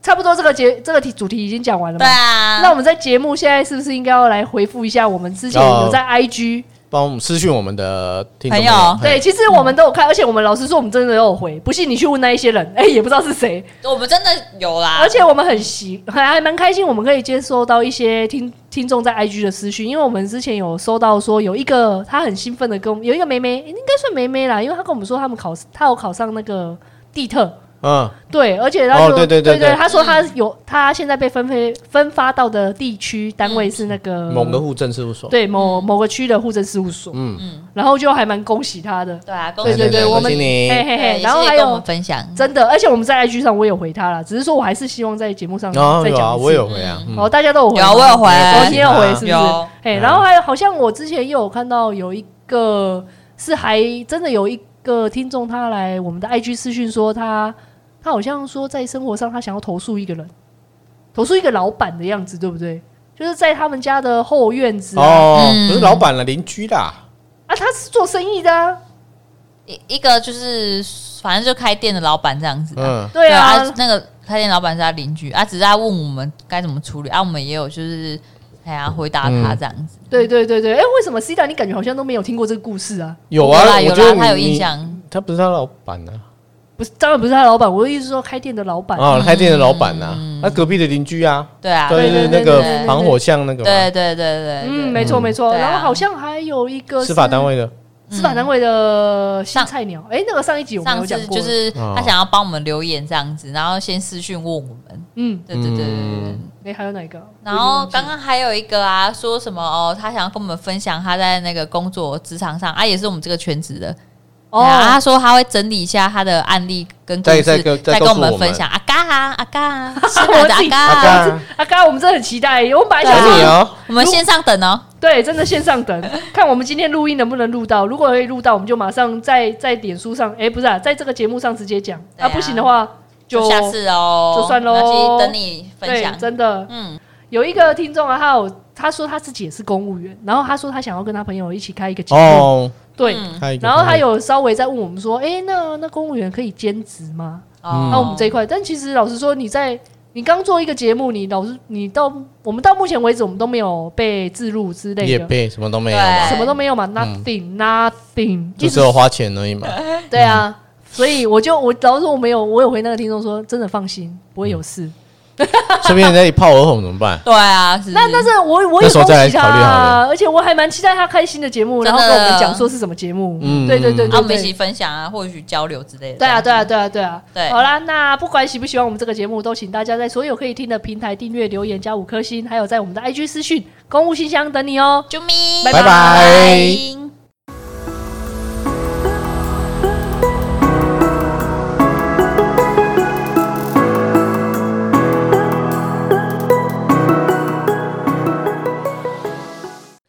B: 差不多这个节这个题主题已经讲完了吗？
C: 对啊，
B: 那我们在节目现在是不是应该要来回复一下我们之前
A: 哦
B: 有在 IG？、
A: 帮我们私讯我们的听众
C: 朋友
B: 对，，其实我们都有看，而且我们老实说，我们真的都有回。不信你去问那一些人，哎、也不知道是谁。
C: 我们真的有
A: 啊
C: 啦，
B: 而且我们很喜，还还蛮开心，我们可以接收到一些听听众在 IG 的私讯，因为我们之前有收到说有一个他很兴奋的跟我们有一个妹妹，应该算妹妹啦，因为她跟我们说他们考她有考上那个地特。
A: 嗯，
B: 对，而且他
A: 哦
B: 说，
A: 对对对
B: 对
A: 对
B: 他说他有，他现在被分配分发到的地区单位是那个
A: 某个户政事务所，
B: 对某某个区的户政事务所，
A: 嗯
C: 嗯
B: 嗯，然后就还蛮恭喜他的，
C: 对啊，恭
A: 对
C: 喜
A: 对
C: 你
A: 对，
C: 我
A: 恭
C: 们
A: 喜你
B: 嘿嘿嘿，
C: 对
B: 然后
C: 谢谢
B: 还
C: 跟我
B: 有
C: 们分享，
B: 真的，而且我们在 IG 上我有回他啦，只是说我还是希望在节目上
A: 哦，
B: 再
A: 有啊，
B: 讲一
A: 我
B: 次
A: 有，回啊，嗯
B: 哦，大家都有回
C: 有
B: 吗，
C: 啊我有回
B: 哦，你也有回
A: 有
B: 是不是
C: 有？
B: 嘿，
A: 嗯
B: 然后还有好像我之前也有看到有一个是还真的有一个听众他来我们的 IG 私讯说他他好像说在生活上他想要投诉一个人，投诉一个老板的样子，对不对？就是在他们家的后院子啊，
A: 哦，
C: 嗯
A: 不是老板了，邻居啦，
B: 啊他是做生意的、啊，
C: 一一个就是反正就开店的老板这样子、啊，
A: 嗯，
B: 对啊，
C: 那个开店老板是他邻居啊，只是他问我们该怎么处理啊，我们也有就是哎呀回答他
A: 嗯
C: 这样子，
B: 对对对对，哎、为什么 C 大你感觉好像都没有听过这个故事啊？
A: 有啊，
C: 啦
A: 我
C: 有
A: 觉得
C: 啦，他有
A: 你
C: 印，象
A: 你，他不是他老板呐，
B: 不是，当然不是他老板，我的意思是说开店的老板。
A: 哦，开店的老板呐，
C: 嗯
A: 他隔壁的邻居啊，
C: 对啊，
A: 对，
C: 对
A: 就是那
B: 对对
A: 个
C: 对对
A: 防火巷那个嘛
C: 对对对，
B: 嗯，没错没错。
C: 对啊
B: 然后好像还有一个
A: 司法单位的，
B: 司法单位的新菜鸟，哎、那个上一集我们
C: 上
B: 有讲
C: 次
B: 过，
C: 就是
A: 哦
C: 他想要帮我们留言这样子，然后先私讯问我们，
B: 嗯，
C: 对对对对对对。
A: 嗯
B: 哎、还有哪一个？
C: 然后刚刚还有一个啊，说什么哦，他想要跟我们分享他在那个工作职场上啊，也是我们这个圈子的
B: 哦，
C: 然后啊
A: 啊
C: 他说他会整理一下他的案例跟故事，
A: 再再跟再
C: 跟
A: 告诉
C: 我
A: 我
C: 们
A: 们
C: 分享。阿嘎啊，阿嘎啊， 是我的
B: 我自
C: 阿
B: 己
C: 嘎
A: 阿
C: 啊，
A: 嘎，
B: 啊，刚刚我们真的很期待，我们本来
C: 对
B: 想
A: 等
C: 啊
A: 你
B: 说，
A: 哦，
C: 我们线上等哦。
B: 对，真的线上等，看我们今天录音能不能录到。如果可以录到，我们就马上在在脸书上，哎、不是啊，在这个节目上直接讲。
C: 对啊
B: 不行的话，就
C: 就下次哦，
B: 就算咯
C: 没关系等你分
B: 对
C: 享，。
B: 真的，
C: 嗯，
B: 有一个听众啊，他有他说他自己也是公务员，然后他说他想要跟他朋友一起开一个节
C: 啊
B: 目，
A: 哦，
B: 对。
C: 嗯
A: 开一个
B: 然后他
A: 会
B: 有稍微在问我们说，哎，那那公务员可以兼职吗？
C: 哦
B: 那、我们这一块，但其实老实说，你在你刚做一个节目，你老师你到我们到目前为止，我们都没有被置入之类
A: 业
B: 的，
A: 配什么都没有嘛，
B: 什么都没有嘛，nothing、nothing，
A: 嗯就哦嗯只
B: 一直
A: 有花钱而已 嘛，
B: 对啊，所以我就我老实说我没有，我有回那个听众说，真的放心，不会有事。
A: 嗯顺便在那里泡鹅红怎么 办？
C: 对啊，是
B: 那但是我
A: 嗯那
B: 我也
A: 时候
B: 恭
A: 再来
B: 喜他
A: 考虑好
B: 啊，
A: 了
B: 而且我还蛮期待他开新的节目，
C: 真
B: 然
C: 的
B: 后跟我们讲说是什么节目。
A: 嗯
B: 嗯，对对对
A: 嗯
C: 啊，
B: 对
C: 我们一起
B: 对。
C: 分享啊，或许交流之类的。
B: 对啊，对啊，对啊，对啊，
C: 对
B: 好啦，那不管喜不喜欢我们这个节目，都请大家在所有可以听的平台订阅、留言加五颗星，还有在我们的 IG 私讯、公务信箱等你哦。
C: 啾咪，
A: 拜拜拜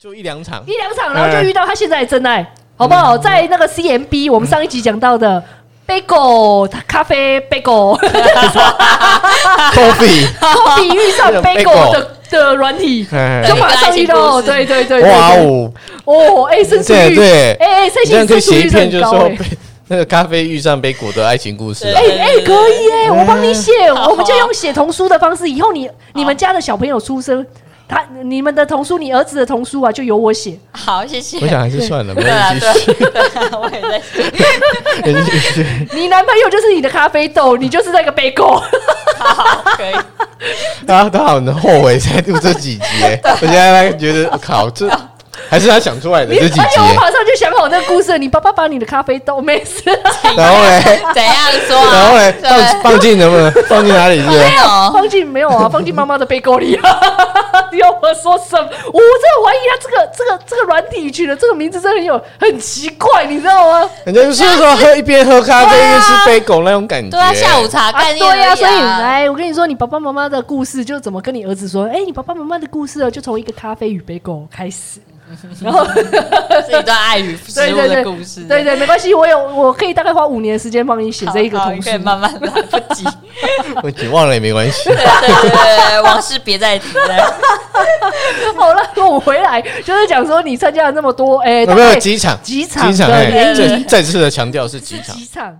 A: 就一两场，
B: 一两场，然后就遇到他现在的真爱，好不
A: 嗯
B: 好？在那个 CMB，我们上一集讲到的 bagel 咖啡 bagel
A: 扣费，
B: 比 喻上 bagel 的的软体，
A: 嘿
B: 就马上遇到，对对对，对
A: 哇哦，
B: 哦，哎、欸，胜
A: 对
B: 率，
A: 对，
B: 哎哎，
A: 你这样
B: 胜
A: 可以
B: 胜
A: 写
B: 率
A: 一
B: 是
A: 篇，
B: 很
A: 就是
B: 高
A: 说
B: 哎、
A: 被 那个咖啡遇上杯果的爱情故事啊
B: 哎、，哎、可以哎、我帮你写，
C: 好
B: 我们就用写童书的方式，以后你你们家的小朋友出生，他你们的童书，你儿子的童书啊，就由我写。
C: 好，谢谢。
A: 我想还是算了，没
C: 对啊，
A: 人
C: 对
A: 继
C: 啊
A: 续，
C: 对啊， 我也在想。
A: 没人继续，
B: 你男朋友就是你的咖啡豆，你就是那个杯狗。
C: 好，可以。
A: 大家都好后悔才录这几集欸，我现在觉得我靠，这还是他想出来的
B: 你
A: 这几
B: 而
A: 集
B: 且我
A: 欸，
B: 马上就想好那个故事了，你爸爸把你的咖啡豆， 没事，啊
A: 然后嘞，
C: 怎样说啊？
A: 然后嘞，
C: 对
A: 放放进能不能放进哪里去了？
C: 没有，
B: 放进没有啊？放进妈妈的杯沟里啊！ 你要我说什么？我真的怀疑他这个这个这个软体取的这个名字真的很有很奇怪，你知道吗？
A: 人家就是说喝一边喝咖啡一边吃杯狗那种感觉，
C: 对啊，下午茶概念而
B: 对
C: 已啊。
B: 所以来，我跟你说，你爸爸妈哎啊妈 的故事就怎么跟你儿子说？哎、你爸爸妈妈的故事哦，就从一个咖啡与杯狗开始。然后 啊
C: 是一段爱与失
B: 对
C: 物
B: 对
C: 的
B: 对
C: 故事。
B: 对对，没关系，我有我可以大概花五年的时间帮你写
C: 好，
B: 这一个
C: 好
B: 通
C: 你
B: 书
C: 可以。慢慢来，不急。
A: 我只忘了也没关系。
C: 对对对对，往事别再提了。
B: 好了，那我回来就是讲说你参加了那么多，哎、
A: 有
B: 大
A: 没有
B: 概
A: 几场？
B: 几场
A: 几场？
B: 的
A: 哎，
B: 联谊
A: 再再次的强调是几
B: 是
A: 场
B: 几。场？